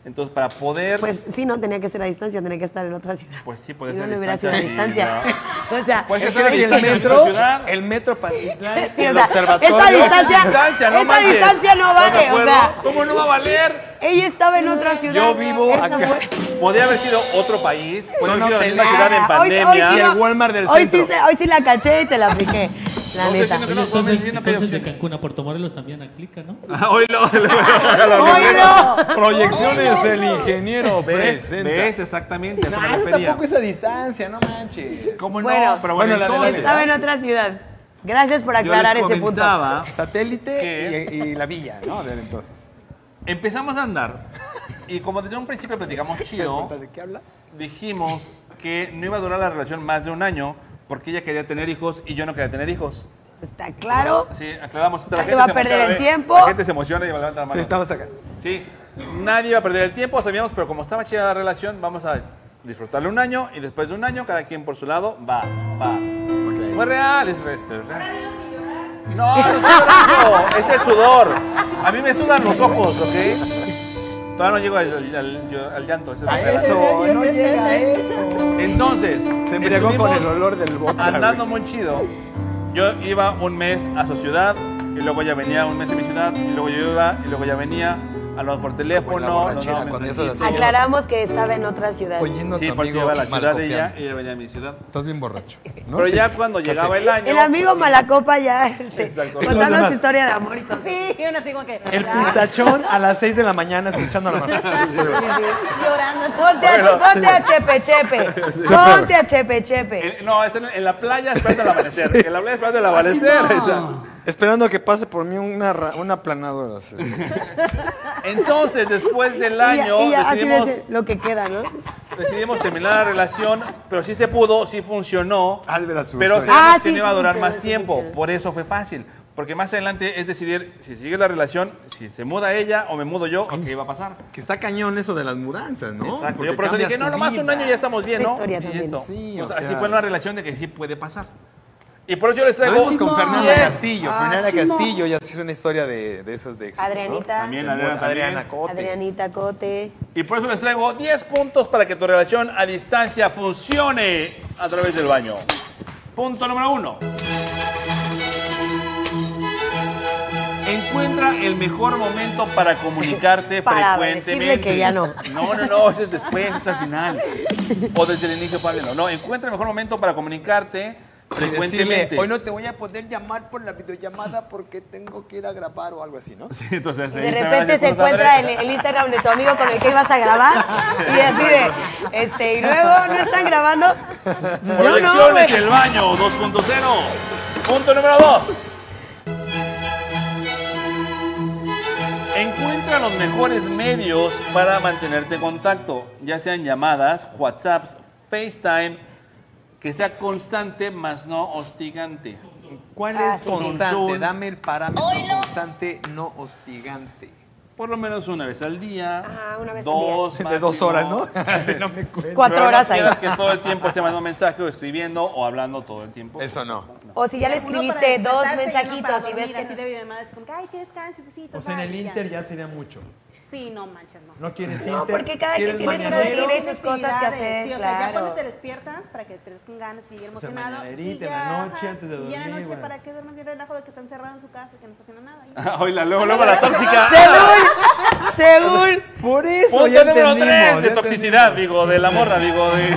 S2: Entonces, para poder.
S7: Pues sí, no tenía que ser a distancia, tenía que estar en otra ciudad.
S2: Pues sí, podía
S7: Si
S2: ser
S7: no,
S2: a
S7: no hubiera sido a
S2: distancia,
S7: distancia. o sea,
S2: Pues
S3: Es
S2: Esa
S3: que el
S2: distancia en
S3: metro,
S2: nuestra ciudad.
S3: el metro Patitlán,
S7: sí, o
S3: el
S7: sea, esta
S3: observatorio.
S7: distancia,
S2: Distancia, no
S7: esta
S2: manches.
S7: distancia no
S2: ¿Estás de
S7: vale. O
S2: acuerdo?
S7: sea,
S2: ¿Cómo no va a valer?
S7: ella estaba en otra ciudad.
S3: Yo vivo
S7: esa
S3: acá.
S7: fue-
S2: Podría haber sido otro país, podría haber sido la
S3: hoteles.
S2: misma ciudad en
S7: Ah, hoy- hoy sí
S2: pandemia.
S7: no-
S3: Y el Walmart del
S7: hoy
S3: centro.
S7: Sí, se- hoy sí la caché y te la apliqué. La
S2: No, estoy
S7: neta.
S2: diciendo que no, tomen
S1: Entonces,
S2: bien
S1: entonces de
S2: apellido.
S1: Cancún a Puerto Morelos también aplica, ¿no?
S2: Hoy lo.
S7: ¡Hoy no!
S3: Proyecciones el ingeniero
S2: ¿Ves?
S3: presenta.
S2: ¿Ves? Exactamente. a eso me
S3: Ah, eso
S2: refería.
S3: tampoco es a distancia, no manches. ¿Cómo
S7: Bueno,
S2: pero bueno,
S3: la de la
S2: entonces-
S3: ciudad.
S7: estaba en otra ciudad. Gracias por
S2: Yo les
S7: aclarar ese punto.
S2: comentaba,
S3: Satélite
S2: ¿Qué?
S3: y, y la villa, ¿no? Desde entonces.
S2: Empezamos a andar y como desde un principio platicamos chido,
S3: ¿De qué habla?
S2: dijimos que no iba a durar la relación más de un año porque ella quería tener hijos y yo no quería tener hijos.
S7: ¿Está claro?
S2: Sí, aclaramos. La
S7: Nadie va a
S2: se
S7: perder
S2: emociona,
S7: el
S2: ¿ve?
S7: tiempo.
S2: La gente se emociona y va a levantar la
S3: Sí,
S2: mano.
S3: estamos acá.
S2: Sí, nadie iba a perder el tiempo, sabíamos, pero como estaba chida la relación, vamos a disfrutarle un año y después de un año, cada quien por su lado va, va. Fue real, es resto. es real. No, no estoy llorando, es el sudor. A mí me sudan los ojos, ¿ok? Todavía no llego al, al- al- al llanto. ese es
S3: A
S2: el real.
S3: Ah, eso, no llega a eso.
S2: Entonces,
S3: Se embriagó con
S2: estuvimos-
S3: el olor del vodka.
S2: andando
S3: güey.
S2: muy chido. Yo iba un mes a su ciudad y luego ya venía un mes a mi ciudad y luego yo iba y luego ya venía. Hablamos por teléfono,
S3: Buena
S2: nos
S3: borrachera,
S2: dábamos
S3: cuando ya
S2: mensajitos.
S3: estás
S7: Aclaramos que estaba en otra ciudad.
S3: Oyendo a
S2: Sí,
S3: tu
S2: porque
S3: amigo
S2: iba a la ciudad de ella
S3: malcopeando.
S2: y ella venía a mi ciudad.
S3: Estás bien borracho. ¿no?
S2: Pero
S3: Sí.
S2: ya cuando llegaba el año.
S7: El amigo
S2: pues,
S7: Malacopa ya este,
S2: Exacto.
S3: Los
S7: contando
S3: demás.
S7: su historia de amor y todo.
S4: Sí, yo no sigo que. "Ah",
S3: El pistachón a las 6 de la mañana escuchando la mamá.
S4: Llorando.
S7: Ponte a, ponte a Chepe Chepe. Ponte a Chepe Chepe.
S2: en- no, está en, en la playa esperando el amanecer. En la playa esperando el amanecer. exacto.
S3: Esperando que pase por mí una, ra- una planadora. sí.
S2: Entonces, después del
S7: Y ya-
S2: año,
S7: y ya, así
S2: decidimos,
S7: es lo que queda, ¿no?
S2: decidimos terminar la relación, pero sí se pudo, sí funcionó.
S3: Ah, de veras,
S2: Pero
S3: sí.
S2: sabíamos
S7: Ah,
S2: que
S7: sí,
S2: no iba a durar
S7: funciona,
S2: más
S7: sí,
S2: tiempo.
S7: funciona.
S2: Por eso fue fácil. Porque más adelante es decidir si sigue la relación, si se muda ella o me mudo yo, o qué iba a pasar.
S3: Que está cañón eso de las mudanzas, ¿no?
S2: Exacto.
S3: Porque
S2: Yo por eso
S3: cambias
S2: dije, no,
S3: tu
S2: nomás
S3: vida.
S2: un año ya estamos bien,
S7: La
S2: ¿no?
S7: historia
S2: Y
S7: también.
S2: esto.
S3: Sí,
S2: O
S3: o
S2: sea, así
S3: sea.
S2: fue una relación de que sí puede pasar. Y por eso yo les traigo...
S3: Vamos con Fernanda
S2: Yes. Ah,
S3: Castillo. Fernanda Castillo ya se hizo una historia de, de esas de éxito, ¿no?
S7: Adrianita.
S2: También,
S3: De
S2: Adriana,
S3: moda.
S2: también.
S3: Adriana Cote.
S7: Adrianita Cote.
S2: Y por eso les traigo 10 puntos para que tu relación a distancia funcione a través del baño. Punto número uno. Encuentra el mejor momento para comunicarte
S7: Para
S2: frecuentemente.
S7: decirle que ya no.
S2: No, no, no, ese es después, ese es al final. O desde el inicio, párenlo. No, encuentra el mejor momento para comunicarte
S3: Y decirle,
S2: frecuentemente.
S3: Hoy no te voy a poder llamar por la videollamada porque tengo que ir a grabar o algo así, ¿no?
S2: Entonces,
S7: Y
S2: ahí
S7: de
S2: se van
S7: repente se
S2: disfrutar.
S7: encuentra el, el Instagram de tu amigo con el que ibas a grabar y así de, este, y luego no están grabando. Pues Yo no,
S2: Proyecciones
S7: güey.
S2: el baño 2.0. Punto número 2. Encuentra los mejores medios para mantenerte en contacto, ya sean llamadas, WhatsApps, FaceTime, que sea constante, más no hostigante.
S3: ¿Cuál
S7: Ah,
S3: es
S7: sí, sí.
S3: constante?
S2: Consul.
S3: Dame el parámetro constante, no hostigante.
S2: Por lo menos una vez al día.
S7: Ah, una vez al
S2: dos
S3: De dos
S2: máximo.
S3: horas, ¿no? Así no me gusta.
S2: Pero
S7: Cuatro
S2: no
S7: horas ahí.
S2: quieras que todo el tiempo esté mandando mensaje o escribiendo o hablando todo el tiempo.
S3: Eso no.
S7: O si ya le
S4: Uno para
S7: escribiste
S4: despertarse y uno
S7: dos
S4: para
S7: mensajitos y ves
S4: dormir, así de
S7: que...
S4: videollamada, es como que, ay, ¿quieres descansecito?
S8: O sea, Pues en el
S4: Bye, ya.
S8: Inter ya sería mucho.
S4: Sí, no manches, no.
S8: No quieres Inter.
S7: No, porque cada
S8: quieres
S7: quien tiene su
S8: mañanero.
S7: rutina y sus cosas que hacer,
S4: Sí, o sea, ya
S7: claro.
S4: cuando te despiertas, para que te des con ganas
S8: Pues
S4: y emocionado.
S8: mañanerita,
S4: y
S8: en la
S4: ya,
S8: noche,
S4: ajá,
S8: antes de
S4: Y ya en
S8: dormir,
S4: la noche,
S8: bueno.
S4: para que duermas bien relajado, que está encerrado en su casa, que no está haciendo nada. Y-
S2: Hoy la luego, luego la tóxica.
S7: Según, según,
S3: Por eso
S2: Punto
S3: ya
S2: número
S3: entendimos,
S2: 3 de
S3: ya
S2: toxicidad, digo, de la morra, digo, de.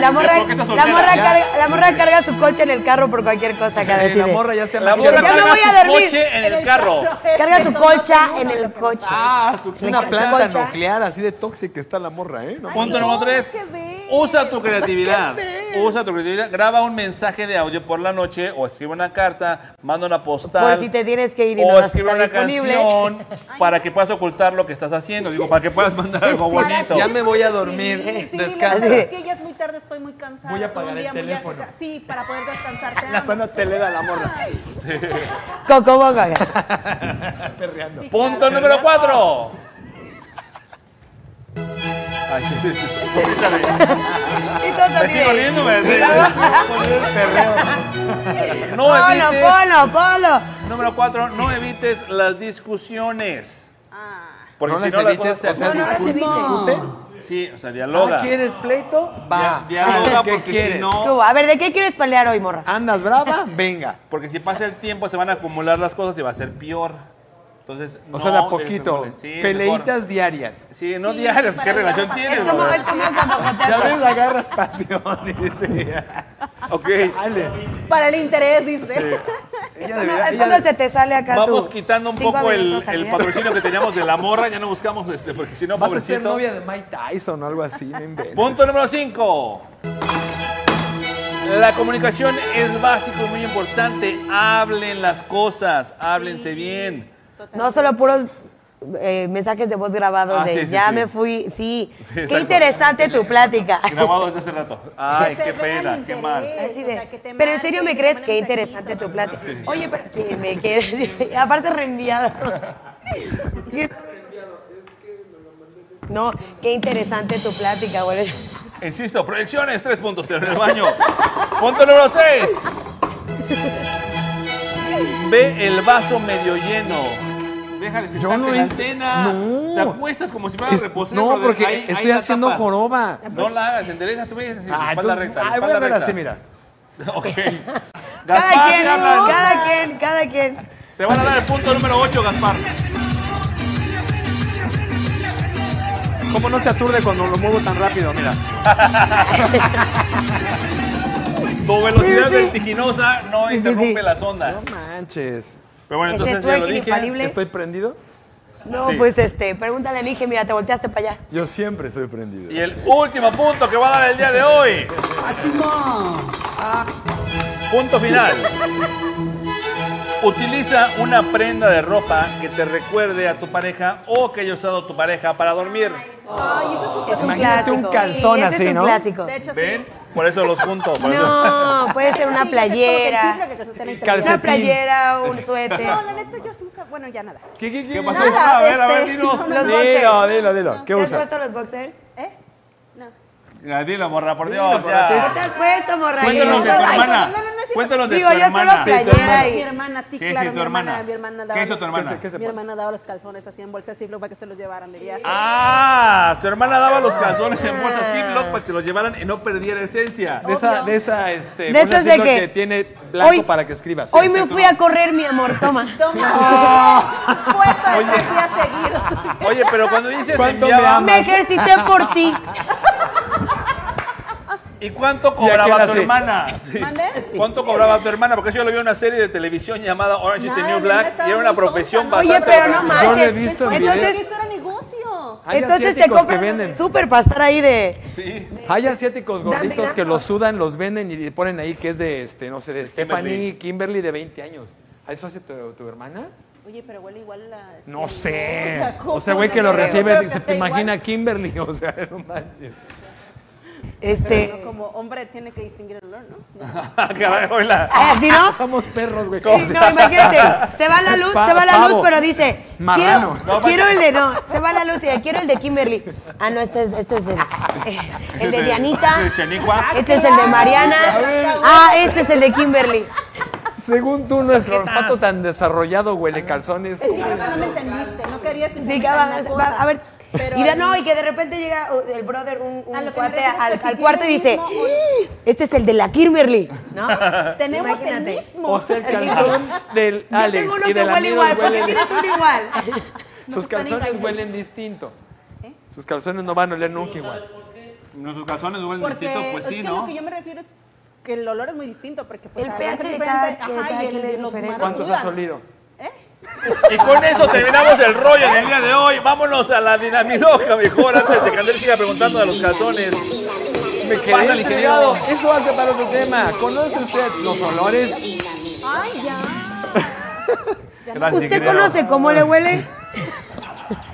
S7: la morra,
S2: ¿Por qué estás
S7: la
S2: soltera?
S7: morra,
S2: Ya.
S7: carga, la morra carga su coche en el carro por cualquier cosa cada
S3: entendimos.
S7: vez.
S3: Sí, La morra ya se
S2: La
S3: maquilla.
S2: morra
S7: Ya me
S2: carga
S7: voy a
S2: su
S7: dormir.
S2: coche en el carro.
S7: Carga su colcha en el coche.
S2: Ah, su
S3: Una
S7: Su
S3: planta
S7: colcha.
S3: nuclear así de tóxica está la morra, ¿eh? No,
S2: Punto
S4: no,
S2: número 3.
S4: qué bello.
S2: Usa tu creatividad. Usa tu creatividad. Graba un mensaje de audio por la noche o escribe una carta, manda una postal.
S7: Por si te tienes que ir y no
S2: o
S7: vas a
S2: escribe una
S7: estar disponible.
S2: canción para que puedas ocultar lo que estás haciendo. Digo, para que puedas mandar algo bonito.
S3: ya me voy a dormir,
S4: dormir,
S3: descansa.
S4: Es que ya es muy tarde, estoy muy cansada.
S8: Voy a
S4: todo
S8: apagar
S4: día
S8: el
S4: muy
S8: teléfono.
S4: agitada. Sí, para poder descansar. te
S3: La
S4: amo.
S3: zona telera la morra.
S7: Coco Boco.
S3: Perreando.
S2: Punto número 4.
S7: Y todos
S2: Me
S7: así
S2: sigo
S7: de-
S2: riéndome. sí. No
S7: Polo,
S2: evites.
S7: polo, polo.
S2: Número 4. No evites las discusiones.
S4: Ah,
S2: Porque
S3: no
S2: si
S3: las
S2: no, la cosa
S3: evites,
S2: se
S3: o sea,
S2: hace-
S7: No las
S3: discuten,
S7: evito.
S3: discuten.
S2: Sí, o sea,
S3: Ah,
S2: dialoga.
S3: ¿quieres pleito? Va.
S2: Dia- dialoga
S3: Ah, ¿Qué
S2: porque
S3: quieres?
S2: si no...
S7: ¿Qué hubo? A ver, ¿de qué quieres pelear hoy, morra?
S3: ¿Andas brava? Venga.
S2: Porque si pasa el tiempo se van a acumular las cosas y va a ser peor. Entonces,
S3: O sea, de a
S2: no,
S3: poquito.
S2: desenvuelven. Sí,
S3: Peleitas
S2: mejor.
S3: diarias.
S2: Sí, no
S4: Sí,
S2: diarias,
S4: para
S2: ¿qué
S4: allá
S2: relación
S4: va.
S2: tienes?
S7: Es como,
S2: bro?
S7: es como cuando
S3: Ya
S7: joteas.
S3: ves, agarras pasión. dice.
S2: Ok,
S3: Dale.
S4: Para el interés, dice.
S3: Ella
S7: No,
S3: debería-
S7: es
S3: ella-
S7: cuando se te sale acá
S2: vamos
S7: tu
S2: quitando un
S7: cinco
S2: poco el,
S7: minutos
S2: el
S7: al día.
S2: patrocinio que teníamos de la morra, ya no buscamos este, porque si no,
S3: Vas a ser
S2: pobrecito.
S3: novia de Mike Tyson o algo así, no inventes.
S2: Punto número 5. La comunicación es básico y muy importante. Hablen las cosas, háblense bien.
S7: No solo puros eh, mensajes de voz grabados
S2: Ah,
S7: de
S2: sí, sí,
S7: ya
S2: sí.
S7: me fui. Sí, qué
S2: exacto.
S7: interesante tu plática.
S2: Grabado desde hace rato. Ay,
S4: Que
S2: qué
S4: se vea el
S2: pena, qué
S4: interés.
S2: mal.
S7: Así
S4: O
S7: de,
S4: sea, que te
S7: pero en serio
S4: marquen,
S7: me
S4: que
S7: crees
S4: te
S7: que
S4: manden
S7: interesante tu plática. Oye, pero que me quieres. Aparte reenviada. No, qué interesante tu plática, güey.
S2: Insisto, proyecciones, tres puntos en el baño. Punto número 6. Ve el vaso medio lleno. Déjale si
S3: Yo no
S2: la
S3: hice-
S2: cena.
S3: no.
S2: Te acuestas como si fuera
S3: Es-
S2: reposar.
S3: no, porque estoy haciendo joroba.
S2: No la hagas, endereza tu ves,
S3: Ah,
S2: espalda
S3: tú-
S2: recta.
S3: ay, voy a
S2: espalda
S3: hablar
S2: recta.
S3: así, mira.
S2: Ok.
S7: Cada
S2: Gaspar,
S7: quien,
S2: Gabriel.
S7: cada quien, cada quien.
S2: Te van a dar el punto número 8, Gaspar.
S3: ¿Cómo no se aturde cuando lo muevo tan rápido? Mira.
S2: Tu velocidad
S7: sí.
S2: vertiginosa no
S7: Sí, sí,
S2: interrumpe
S7: sí.
S2: las ondas.
S3: No manches.
S2: Pero bueno,
S7: Ese
S2: entonces ya lo
S7: twerking
S2: dije.
S7: infalible.
S3: ¿Estoy prendido?
S7: No,
S2: Sí.
S7: pues este, pregúntale, dije, mira, te volteaste para allá.
S3: Yo siempre soy prendido.
S2: Y el último punto que va a dar el día de hoy. Punto final. Utiliza una prenda de ropa que te recuerde a tu pareja o que haya usado tu pareja para dormir.
S7: Es un
S3: Imagínate
S7: clásico.
S3: un calzón
S7: Sí, ese
S3: así,
S7: es un
S3: ¿no?
S7: clásico.
S4: De hecho, sí.
S2: ¿Ven? Por eso los junto. por eso-
S7: No, puede ser una
S4: Sí, es como que el
S7: playera.
S4: chifle que se tiene que
S3: Calcetín.
S7: Una playera, un suéter.
S4: No, la neta yo sí usa- Bueno, ya nada.
S3: ¿Qué, qué,
S2: ¿Qué pasó?
S4: Nada,
S2: a ver, a ver,
S4: este,
S2: dinos.
S7: Los
S3: Dilo,
S7: boxers.
S3: Ah, dilo, dilo. ¿Qué
S7: ¿Te has
S3: usas?
S7: puesto los boxers?
S4: ¿Eh? No.
S2: Ya, Dilo, morra, por Dios. ya.
S7: ¿Qué te has puesto, morra?
S2: Cuéntanos de tu
S4: Ay, no,
S2: hermana.
S4: no, no, no es cierto.
S2: Cuéntanos de tu
S7: Digo, yo solo
S2: hermana.
S7: playera.
S4: Playera
S7: y-
S4: Mi hermana,
S2: Sí,
S4: sí,
S2: sí,
S4: claro.
S2: tu
S4: mi
S2: hermana.
S4: Mi hermana
S2: ¿Qué
S4: daba.
S2: hizo tu hermana?
S3: ¿Qué se
S4: Mi
S3: pone?
S4: hermana daba los calzones así en bolsa Ziploc para que se los llevaran de viaje.
S2: Ah, su hermana daba los calzones en bolsa
S4: Ah.
S2: Ziploc para que se los llevaran y no perdiera esencia.
S3: De esa, de esa, este,
S7: De
S3: bolsa
S7: esas de
S3: Ziploc
S7: que-
S3: tiene blanco
S7: Hoy-
S3: para que escribas.
S7: Hoy me fui a correr, mi amor, toma.
S4: Toma. Puesto de
S2: Oye.
S4: tres días seguidos.
S2: Oye, pero cuando dices
S3: ¿Cuánto me
S2: enviaba-
S3: ama?
S7: Me ejercité por ti.
S2: ¿Y cuánto
S3: qué hora
S2: cobraba tu
S3: sí?
S2: hermana? Sí.
S4: ¿Mande?
S2: ¿Cuánto cobraba tu hermana? Porque yo lo vi en una serie de televisión llamada Orange is the
S4: Nada,
S2: New
S4: mi
S2: Black
S4: hermana
S2: y era una
S4: estaba muy
S2: profesión
S4: tonta, ¿no?
S2: bastante...
S7: Oye, pero no
S2: horrible.
S7: manches.
S3: Yo lo he visto en
S4: Entonces,
S7: Entonces,
S3: videos.
S4: eso era negocio.
S3: Hay
S7: entonces te
S3: asiáticos que
S7: compras
S3: venden.
S7: un súper para estar ahí de...
S2: Sí.
S3: Hay asiáticos gorditos
S7: Dame
S3: que
S7: datos.
S3: los sudan, los venden y le ponen ahí que es de, este, no sé, de Stephanie
S2: Kimberly.
S3: Kimberly de 20 años. ¿A eso hace tu, tu hermana?
S4: Oye, pero huele igual la...
S3: No
S4: este,
S3: sé.
S4: ¿cómo?
S3: Mm. O sea, güey, que
S4: No
S3: lo
S4: creo,
S3: recibe,
S4: creo
S3: y
S4: que
S3: se
S4: esté
S3: te imagina
S4: igual.
S3: Kimberly, o sea, no manches.
S7: Este,
S4: Como hombre tiene que distinguir el olor, ¿no?
S2: Caray, hola.
S7: ay, así no.
S3: Somos perros, güey.
S7: Sí, no, imagínate, se va la luz, se va la luz,
S3: Pavo.
S7: pero dice,
S3: Marrano.
S7: quiero, quiero el de, no, se va la luz y quiero el de Kimberly. Ah, no, este es, este es el, el de
S2: Este
S7: Dianita,
S2: De Xeniqua.
S7: este es el de Mariana, ah, este es el de Kimberly.
S3: Según tú, nuestro olfato tan desarrollado huele calzones.
S4: Sí, creo que no me entendiste, no querías que
S7: Sí,
S4: entendieran
S7: que va-
S4: la
S7: va-
S4: cosa.
S7: a ver,
S4: Pero
S7: y de-
S4: al-
S7: no, y que de repente llega uh, el brother, un, un
S4: A lo que me
S7: cuate
S4: refiero es
S7: al,
S4: que
S7: al
S4: si
S7: cuarto y
S4: tiene
S7: dice,
S4: el mismo olor.
S7: este es el de la Kimberly, ¿no?
S4: Tenemos
S7: Imagínate.
S4: el mismo.
S3: O sea, el calzón del
S7: Yo
S3: Alex
S7: tengo uno
S3: y
S7: que
S3: del
S7: huele
S3: amigo
S7: igual, ¿por qué
S3: huelen-
S7: tienes uno igual?
S3: Sus
S4: se pueden
S3: calzones
S4: engañar.
S3: huelen distinto. Sus calzones no van a oler nunca igual.
S2: Nuestros calzones huelen
S4: Porque
S2: distinto, pues
S4: es
S2: sí,
S4: que
S2: ¿no?
S4: lo que yo me refiero es que el olor es muy distinto, porque pues
S7: El
S4: a la
S7: pH
S4: gente
S7: de
S4: diferente,
S7: cada- de
S4: ajá,
S7: cada
S4: y el,
S7: quien es
S4: de los
S7: diferente.
S4: humanos
S3: ¿Cuántos has
S4: sudan.
S3: olido?
S2: Y con eso terminamos el rollo en el día de hoy. Vámonos a la dinamiloca mejor antes de que Andrés siga preguntando a los calzones.
S3: Me
S2: quedé
S3: quedé
S2: intrigado.
S3: intrigado. Eso hace para otro tema. ¿Conoce usted los olores?
S4: Ay, ya.
S2: Gracias,
S7: ¿Usted
S2: ingeniero.
S7: conoce cómo le huele?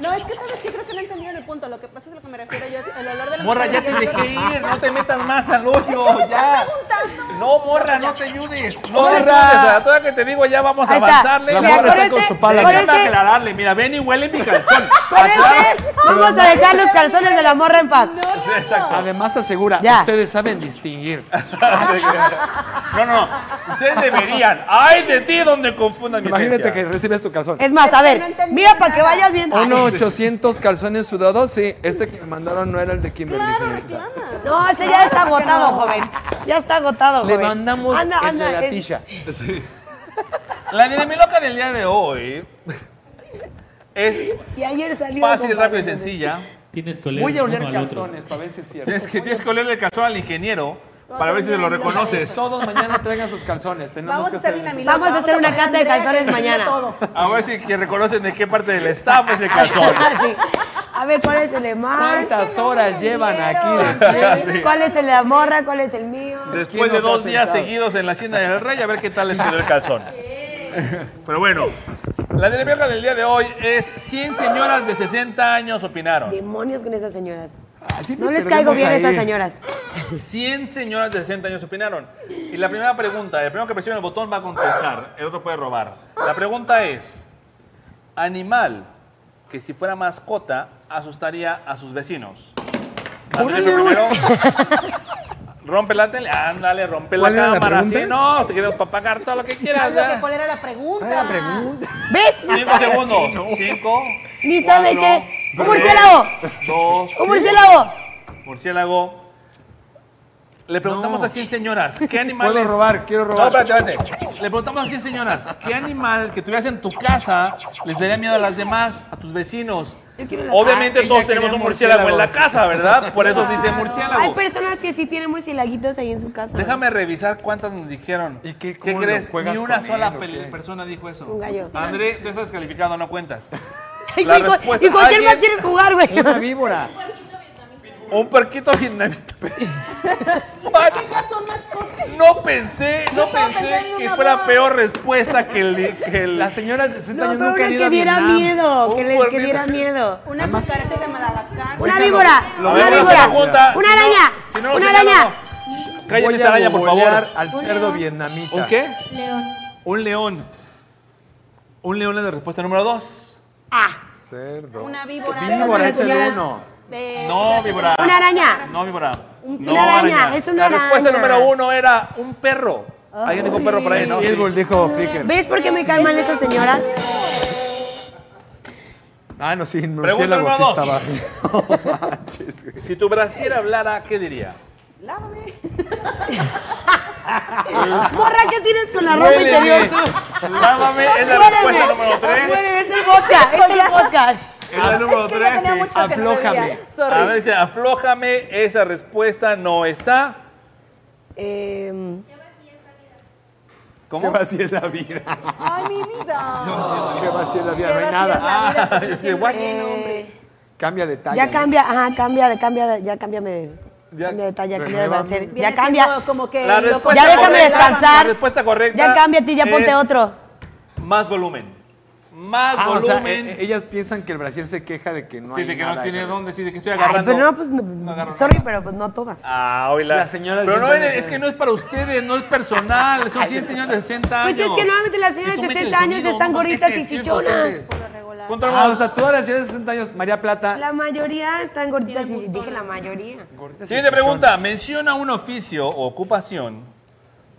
S4: No, es que sabes que creo que no entendieron el punto. Lo que pasa es lo que me refiero yo es el olor de la
S2: Morra, ya te dejé ir, no te metas más al hoyo, ya. No, morra, no te ayudes. No te ayudes,
S3: Morra.
S2: o sea, toda que te digo, ya vamos a
S7: Ahí está.
S2: avanzarle.
S3: La
S7: Mira,
S3: morra
S7: con
S3: está con
S7: este-
S3: su pala.
S7: con
S2: Déjame
S7: este-
S2: aclararle, mira, ven y huele mi calzón.
S7: Con este, vamos a dejar los calzones de la morra en paz.
S4: No, coreando.
S2: Exacto.
S3: Además asegura,
S7: Ya.
S3: ustedes saben distinguir.
S2: No, no, no. Ustedes deberían. ¡Ay, de ti donde confundan mi
S3: Imagínate que
S2: esencia!
S3: recibes tu calzón.
S7: Es más, a ver,
S4: no entendí
S7: mira para que
S4: nada.
S7: vayas viendo.
S3: Uno 800 calzones sudados, sí. Este que me mandaron no era el de Kimberly,
S4: Claro,
S3: señorita.
S4: reclama.
S7: No, ese ya está agotado, joven. Ya está agotado,
S3: Le
S7: joven.
S3: mandamos
S7: Anda,
S3: el
S7: anda,
S3: de la
S7: es-
S3: tisha.
S2: La dinamiloca del día de hoy es
S7: Y ayer salió.
S2: fácil,
S7: compadre.
S2: rápida y sencilla.
S1: Tienes que oler
S3: Voy a
S1: uno
S3: oler
S1: al
S3: calzones para ver si es cierto.
S2: Tienes que, tienes que olerle el calzón al ingeniero para ver si se lo reconoces.
S3: Todos mañana traigan sus calzones. Tenemos
S4: Vamos
S3: que
S4: a hacer
S3: hacer eso.
S4: dinamita.
S7: Vamos a hacer una
S4: poner
S7: cata de
S4: Andrea que
S7: calzones
S4: nos diga
S7: mañana.
S4: todo.
S2: A ver si que reconocen de qué parte del staff es el calzón.
S7: Sí. A ver, ¿cuál es el de Mar?
S3: ¿Cuántas horas llevan aquí?
S2: Sí.
S7: ¿Cuál es el de la morra? ¿Cuál es el mío?
S2: Después
S3: ¿Quién
S2: de
S3: nos ha
S2: dos días
S3: sentado?
S2: seguidos en la hacienda del rey, a ver qué tal les quedó el calzón. Pero bueno, la dinamiloca del día de hoy es 100 señoras de 60 años opinaron.
S7: Demonios con esas señoras.
S3: Así me
S7: No les
S3: perdemos
S7: caigo bien a
S3: ahí.
S7: esas señoras.
S2: 100 señoras de 60 años opinaron. Y la primera pregunta, el primero que presione el botón va a contestar, el otro puede robar. La pregunta es, animal que si fuera mascota asustaría a sus vecinos. Ándale, primero. Rompe la tele, ándale, rompe la
S3: ¿Cuál era la
S2: cámara.
S3: pregunta?
S2: sí, no, te quedas para pagar todo lo que quieras.
S4: Hazlo que
S2: ¿verdad?
S4: ¿Cuál era la pregunta?
S3: Era pregunta.
S7: ¿Ves? Ni
S2: Cinco
S7: sabe.
S2: segundos. Cinco.
S7: Ni sabe
S2: cuatro,
S7: qué. Un
S2: tres,
S7: murciélago.
S2: Dos.
S7: Un murciélago.
S2: Murciélago. Le preguntamos a 100 señoras, ¿qué animal
S3: Puedo
S2: es?
S3: robar, quiero
S2: No,
S3: robar.
S2: espérate, espérate. Le preguntamos a 100 señoras, ¿qué animal que tuvieras en tu casa les daría miedo a las demás, a tus vecinos?
S7: Yo quiero Ah, las-
S2: Obviamente
S3: Ay,
S2: todos
S3: ella
S2: tenemos
S3: quería
S2: un murciélago en la
S3: murciélagos.
S2: casa, ¿verdad? Por eso se dice
S7: Hay
S2: murciélago.
S7: personas que sí tienen murciélaguitos ahí en su casa.
S2: Déjame revisar cuántas nos dijeron.
S3: ¿Y qué, cómo lo
S2: crees?
S3: juegas
S2: Ni una
S3: con
S2: sola
S3: él, o
S2: pel-
S3: qué?
S2: persona dijo eso.
S7: Un gallo.
S2: André, tú estás descalificado, no cuentas.
S7: Y
S2: La
S7: con-
S2: respuesta-
S7: y con quién más
S2: ¿Alguien?
S7: quieres jugar, güey.
S3: Una víbora.
S2: Un perquito vietnamita. What?
S4: Ya son mascotas.
S2: No pensé, no
S4: Yo
S2: pensé
S4: pensé en
S2: que
S4: una
S2: fuera
S4: broma.
S2: peor respuesta que el... Que el
S3: Las señoras de
S2: Este
S3: 60
S7: No,
S3: años
S7: pero
S3: nunca
S7: una
S3: han ido
S7: que
S3: a
S7: diera
S3: Vietnam.
S7: miedo. Que,
S2: Un
S7: le, que
S2: puerquito.
S7: diera miedo.
S4: Una cucaracha de Madagascar.
S7: Una
S3: Oiga, lo-
S7: víbora.
S3: lo
S2: A
S7: Una
S2: ver, una
S7: víbora.
S2: pregunta.
S7: Una
S2: Si no-
S7: araña.
S2: si no,
S7: Una
S2: si no, no,
S7: araña.
S2: no.
S3: Voy
S2: Cállate
S3: a
S2: esa araña, por favor.
S3: googlear al cerdo vietnamita.
S2: ¿Un qué?
S8: León.
S2: Un león. Un león es la respuesta número dos.
S7: Ah,
S5: Cerdo.
S4: Una víbora.
S3: Víbora es el
S7: Señora.
S3: uno.
S4: De-
S2: No, víbora.
S7: Una araña.
S2: No, víbora.
S7: Un-
S2: No,
S7: una araña, es
S2: La
S7: una
S2: respuesta
S7: araña.
S2: número uno era un perro. Alguien dijo un perro por ahí, ¿no? Sí.
S3: Pitbull dijo Ficker.
S7: ¿Ves por qué me caen mal esas señoras?
S3: Ah, no, sí, en
S2: Pregunta
S3: murciélago sí
S2: número
S3: estaba.
S2: Si tu brasier hablara, ¿qué diría?
S4: Lávame.
S7: Morra, ¿qué tienes con la ropa interior? tú?
S2: Lávame es la respuesta número tres.
S7: Huéleme, Es el vodka. Es el vodka.
S2: Es
S7: Ah,
S2: la número
S4: Es que yo
S2: tres.
S4: tenía mucho que no
S3: aflójame.
S4: bebía.
S2: A ver,
S4: Sorry.
S2: dice, aflójame, esa respuesta no está.
S7: Eh,
S3: ¿Qué
S2: ¿Cómo?
S3: va así es la vida?
S4: Ay, mi vida.
S3: ¿Qué va así es la vida? No hay
S4: Qué
S3: nada.
S4: vacía es la
S2: Ah,
S4: vida, pues,
S2: dice,
S4: siempre
S2: guay.
S4: tiene nombre.
S3: Cambia de talla.
S7: ya Eh, cambia, ajá, cambia, de- cambia, de- ya cámbiame. de-
S2: Ya. Pues
S7: Cambia de talla, cambia de
S3: Renueva.
S7: brasier.
S4: Viene
S7: Ya cambia.
S4: siendo Como que
S2: La
S4: lo
S2: respuesta
S7: Eh, Ya déjame
S2: correcta-
S7: descansar.
S2: La respuesta correcta.
S7: Ya cámbiate y ya ponte
S2: es
S7: otro.
S2: Más volumen. Más
S3: Ah, o sea,
S2: volumen.
S3: eh, ellas piensan que el Brasil se queja de que no
S2: sí,
S3: hay
S2: de que
S3: nada. eh.
S2: no tiene dónde, sí, de que estoy
S7: Ay,
S2: agarrando.
S7: pero no, pues,
S2: agarro
S7: sorry,
S2: nada.
S7: pero pues no todas.
S2: Ah, oíla.
S3: Las señoras
S2: Pero no,
S3: siempre
S2: es,
S3: dicen-
S2: es que no es para ustedes, no es personal. Son 100 señores de 60 años.
S7: Pues es que normalmente las señoras
S2: Y tú
S7: de
S2: métele
S7: 60 años
S2: sonido,
S7: están
S2: no
S7: gorditas
S2: contestes,
S7: y
S2: sí,
S7: chichonas.
S2: contestes.
S4: Por lo regular.
S2: Punto
S3: Ah,
S2: número
S3: o sea, todas las señoras de 60 años, María Plata.
S7: La mayoría están gorditas y dije la mayoría.
S3: gorditas y
S2: Siguiente pregunta.
S3: chichonas.
S2: Menciona un oficio o ocupación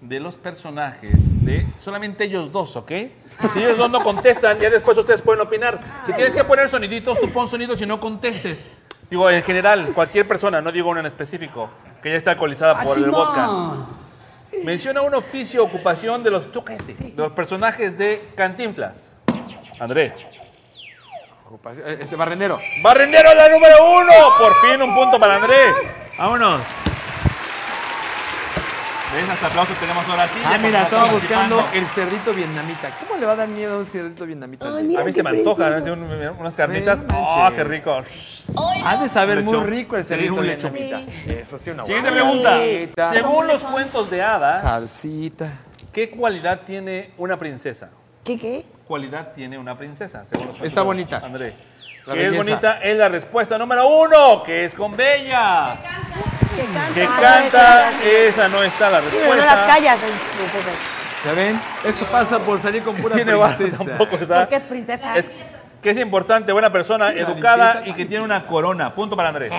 S2: de los personajes de solamente ellos dos, ¿ok? Si ellos dos no contestan, ya después ustedes pueden opinar. Si tienes que poner soniditos, tú pon sonidos y no contestes. Digo, en general, cualquier persona, no digo uno en específico, que ya está alcoholizada por el vodka. Menciona un oficio o ocupación de los... Tú cállate, de los personajes de Cantinflas. André.
S3: Ocupación- eh, Este barrendero.
S2: ¡Barrendero es la número uno! Por fin un punto para André. Vámonos. ¿Ves? Hasta aplausos tenemos ahora sí.
S3: Ah,
S2: Ya
S3: mira,
S2: nos
S3: estaba
S2: estamos
S3: buscando
S2: anticipando.
S3: el cerdito vietnamita. ¿Cómo le va a dar miedo a un cerdito vietnamita?
S7: Ay, mira
S2: A mí
S7: qué
S2: se me antoja, ¿no?
S7: precioso.
S2: Hacer un- unas carnitas.
S3: No
S2: ¡Oh,
S3: manches.
S2: qué rico!
S3: ha de saber muy
S2: Lechón.
S3: rico el
S2: Sería
S3: cerdito
S2: un
S3: vietnamita. Eso sí, una
S2: Siguiente
S3: buena
S2: pregunta. Según los cuentos de hadas,
S3: Salsita.
S2: ¿qué cualidad tiene una princesa?
S7: ¿Qué qué?
S2: ¿Cualidad tiene una princesa? Según los cuentos
S3: Está
S2: de
S3: bonita.
S2: André.
S3: La
S2: que es
S3: belleza.
S2: bonita es la respuesta número uno, que es con Bella.
S4: Que canta.
S2: Que
S7: Ah,
S2: canta,
S7: esa,
S2: esa no está la
S7: Sí, pero no
S2: respuesta.
S7: las callas. entonces.
S3: ¿Ya ven? Eso pasa por salir con pura
S2: Tiene barba,
S3: princesa.
S2: tampoco está.
S4: Porque es princesa.
S2: Es que es importante, buena persona, educada y que tiene una corona. Punto para Andrés.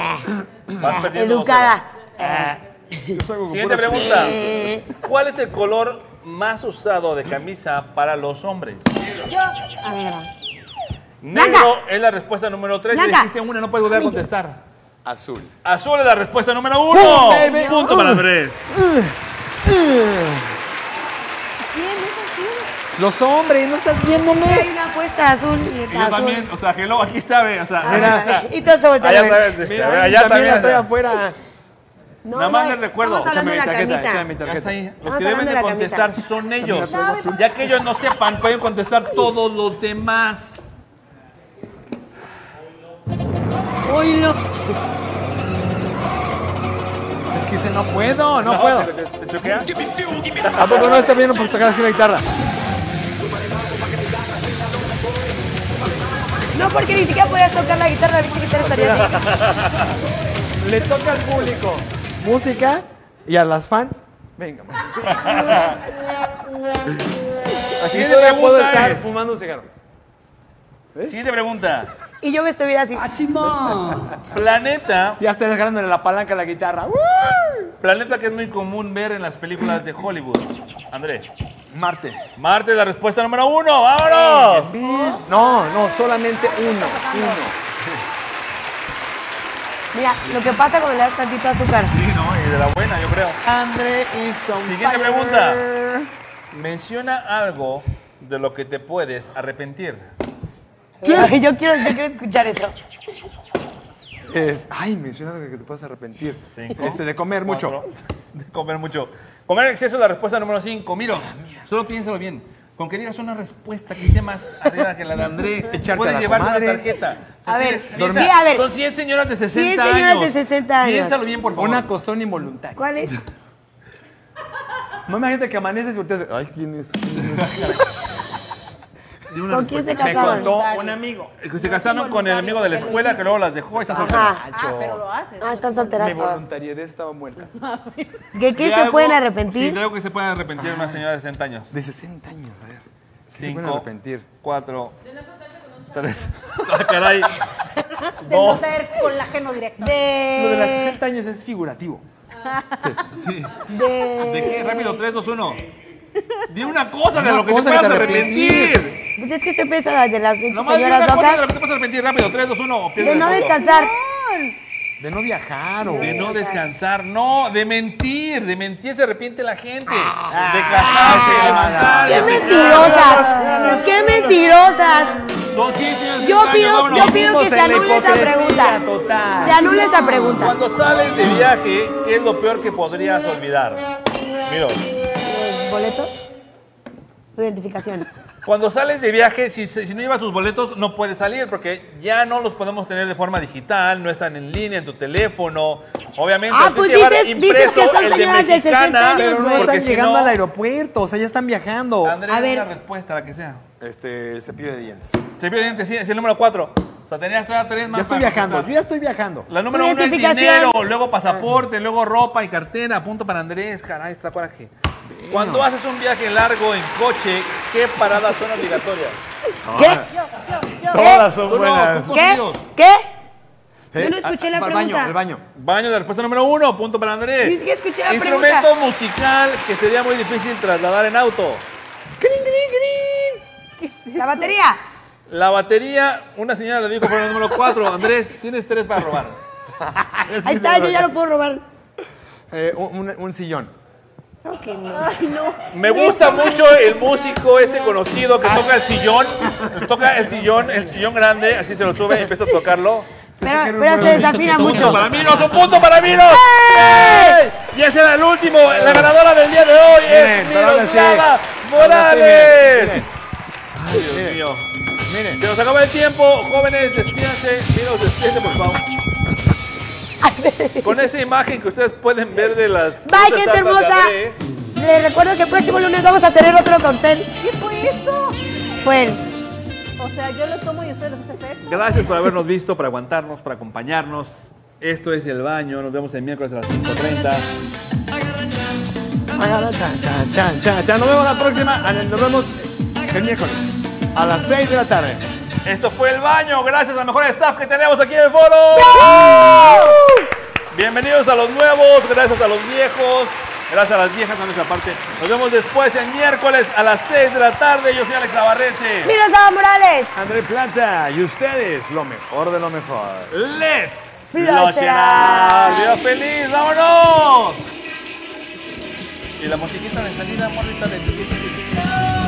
S2: Vas perdiendo dos
S7: ah, Educada.
S5: Yo salgo con
S2: Siguiente
S5: puras-
S2: pregunta. ¿Cuál es el color más usado de camisa para los hombres?
S4: Yo, a ver,
S2: Negro
S7: Blanca.
S2: es la respuesta número 3.
S7: Blanca.
S2: Dijiste una, no puedes volver a contestar.
S5: Azul.
S2: Azul es la respuesta número 1.
S3: baby.
S2: Punto para Andrés.
S4: ¿quién es así?
S3: Los hombres, no estás
S7: Hay
S3: viéndome.
S7: una apuesta azul y
S2: Y
S7: pues, está
S2: yo
S7: azul.
S2: también, o sea, hello, aquí está, ve, o sea,
S7: Ah,
S2: aquí
S3: Mira.
S2: está.
S7: y todos se voltean
S2: Allá
S7: a ver.
S2: atrás, este, a ver, allá
S3: También
S2: también.
S3: la trae afuera.
S7: No,
S2: Nada más
S7: no,
S2: les recuerdo.
S7: Estamos hablando de la
S3: Échame mi tarjeta,
S7: camisa.
S3: échame mi
S2: Ya está
S3: tarjeta.
S2: ahí. Los
S7: Estamos
S2: que deben
S7: hablando de
S2: de
S7: la
S2: contestar
S7: camisa.
S2: son ellos.
S3: traigo azul.
S2: Ya que ellos no sepan, pueden contestar todos los demás.
S3: Es que dice, no puedo, no puedo.
S2: ¿Te, te choquea?
S3: ¿A poco no está viendo por tocar así la guitarra?
S7: No, porque ni siquiera podías tocar la guitarra, viste que te estaría así.
S3: Le toca al público. Música y a las fans. Venga, man. Aquí
S2: Siguiente
S3: todavía puedo
S2: pregunta
S3: estar
S2: es-
S3: fumando un cigarro.
S2: ¿Eh? Siguiente pregunta.
S7: Y yo me estuviera así.
S2: Planeta,
S3: Ya estás agarrándole la palanca a la guitarra. ¡Uh!
S2: planeta que es muy común ver en las películas de Hollywood. André,
S5: Marte.
S2: Marte es la respuesta número uno. ¡Vámonos!
S3: No, no, solamente uno. Uno.
S7: Mira, lo que pasa cuando le das tantito azúcar.
S2: Sí, no, y de la buena, yo creo.
S3: Andre is on
S2: Siguiente
S3: fire.
S2: pregunta. Menciona algo de lo que te puedes arrepentir.
S7: Ay, Yo quiero, yo quiero escuchar eso.
S3: Es- ay, menciona algo que te puedes arrepentir.
S2: Cinco,
S3: este, de comer mucho.
S2: Cuatro. De comer mucho. Comer en exceso es la respuesta número 5. Miro, solo piénsalo bien. Con que digas una respuesta que esté más arriba que la de André,
S3: Echarte a
S2: puedes
S3: la
S2: llevarte
S3: comadre.
S2: una tarjeta.
S7: A ver,
S2: Piensa,
S7: dormí. Sí, a ver.
S2: Son 100 señoras de 60
S7: 100
S2: años.
S7: señoras de 60 años.
S2: Piénsalo bien, por favor.
S3: Una costón involuntaria.
S7: ¿Cuál es?
S3: No me imagínate que amaneces y volteas. Ay, ¿quién es?
S7: ¿Con quién se
S3: Me
S7: casaron?
S3: contó un amigo.
S2: Que se casaron con el amigo de la escuela que luego las dejó. Está soltera.
S7: Ajá.
S4: Ah, pero lo haces.
S7: Ah, están
S3: Me
S7: solteras. todas.
S3: voluntarié de esta muerta.
S7: ¿De qué
S2: De
S7: se
S2: algo-
S7: pueden
S2: Sí, de
S7: arrepentir?
S2: algo que se pueden arrepentir una señora de 60 años.
S3: De 60 años, a ver. ¿Qué se
S2: Cinco,
S3: pueden arrepentir?
S2: Cuatro. Tres. Ah, caray.
S4: De no
S2: Dos.
S4: tener colágeno directo.
S3: Lo de las
S7: De...
S3: 60 años es figurativo.
S2: Sí. ¿De qué?
S7: De...
S2: Rápido, 3, 2, 1. Di una cosa de
S3: Una
S2: lo que te
S3: cosa que
S2: puedas
S3: te
S2: arrepentir.
S7: Pues es que estoy pensando de las pinches
S2: Nomás di una
S7: señoras
S2: cosa de lo
S7: locas.
S2: que te puedas arrepentir. Rápido, 3, 2, 1.
S7: De no descansar.
S3: De no viajar o...
S2: De no descansar, no, de mentir, de mentir se arrepiente la gente.
S3: Ah.
S2: De casarse, de mandar.
S7: ¡Qué
S2: de
S7: mentirosas! ¡Qué mentirosas!
S2: pecar. Son ciencias
S7: Yo
S2: de
S7: pido-
S2: años, vámonos.
S7: yo pido- Creo que se anule esa pregunta. Se anula esa pregunta.
S2: Cuando sales de viaje, ¿qué es lo peor que podrías olvidar? Miro,
S7: ¿Los boletos? Tu identificación.
S2: cuando sales de viaje, si, si no llevas tus boletos, no puedes salir porque ya no los podemos tener de forma digital, no están en línea, en tu teléfono. Obviamente,
S7: Ah,
S2: antes
S7: pues
S2: llevar
S7: dices- dices
S2: impreso
S7: que son
S2: el de
S7: señoras de 60
S2: mexicana,
S7: años,
S3: Pero no
S2: porque
S3: están
S2: si
S3: llegando
S2: no-
S3: al aeropuerto, o sea, ya están viajando.
S2: Andrés,
S7: A
S2: a
S7: ver.
S2: la respuesta, la que sea.
S5: Este, cepillo de dientes.
S2: Cepillo de dientes, sí, es el número 4. O sea, tenías todavía tres más.
S3: Ya estoy
S2: para
S3: viajando, yo
S2: contestar.
S3: ya estoy viajando.
S2: La número
S7: Tu
S2: uno es
S7: identificación.
S2: dinero, luego pasaporte, luego ropa y cartera. Punto para Andrés, caray, está coraje. Cuando haces un viaje largo en coche, ¿qué paradas son obligatorias? Ah.
S7: ¿Qué?
S5: Todas son
S2: Tú no,
S5: buenas.
S2: tú
S7: ¿Qué?
S2: conmigo.
S7: ¿Qué?
S3: ¿Eh?
S7: Yo no escuché la
S3: Al
S7: pregunta.
S3: baño, al baño.
S2: Baño, la respuesta número uno, punto para Andrés.
S7: Ni siquiera escuché la
S2: Instrumento musical que sería muy difícil trasladar en auto.
S7: La batería.
S2: La batería, una señora le dijo por el número 4, Andrés, tienes tres para robar.
S7: Ahí está, yo ya lo puedo robar.
S3: Eh, un, un- un sillón.
S7: Creo que no.
S4: Ay, no.
S2: Me gusta mucho el músico ese conocido que toca el sillón, toca el sillón, el sillón grande, así se lo sube y empieza a tocarlo.
S7: Pero, pero se desafina mucho.
S2: Punto para Miros, un punto para Miros. ¡Ey! Y ese era el último, la ganadora del día de hoy es
S3: Miren, pero ahora sí,
S2: Miroslava
S3: ahora sí,
S2: Morales.
S3: miren,
S2: Ay, Dios mío. Se nos acaba el tiempo, jóvenes, despídanse, Miros, despídense por favor. Con esa imagen que ustedes pueden ver de las
S7: Bye,
S2: frutas
S7: gente
S2: altas de
S7: hermosa.
S2: Andrés,
S7: Les recuerdo que el próximo lunes vamos a tener otro cóctel.
S4: ¿Qué fue eso?
S7: Fue él.
S4: O sea, yo lo tomo y ustedes lo hacen hacer.
S2: Gracias por habernos visto, por aguantarnos, por acompañarnos. Esto es El Baño. Nos vemos el miércoles a las 5.30.
S3: Chan, chan, chan, chan, chan. Nos vemos la próxima. Ah, Nos vemos el miércoles a las 6 de la tarde.
S2: Esto fue el baño, gracias al mejor staff que tenemos aquí en el foro. Bienvenidos a los nuevos, gracias a los viejos, gracias a las viejas a nuestra parte. Nos vemos después el miércoles a las 6 de la tarde. Yo soy Alex Navarrete.
S7: Mira, Saba Morales.
S3: André Plata y ustedes, lo mejor de lo mejor.
S2: ¡Let's!
S7: Flush it
S2: ¡Flocherá!
S7: out.
S2: ¡Viva feliz! ¡Vámonos! Y la musiquita de salida, amor, está de...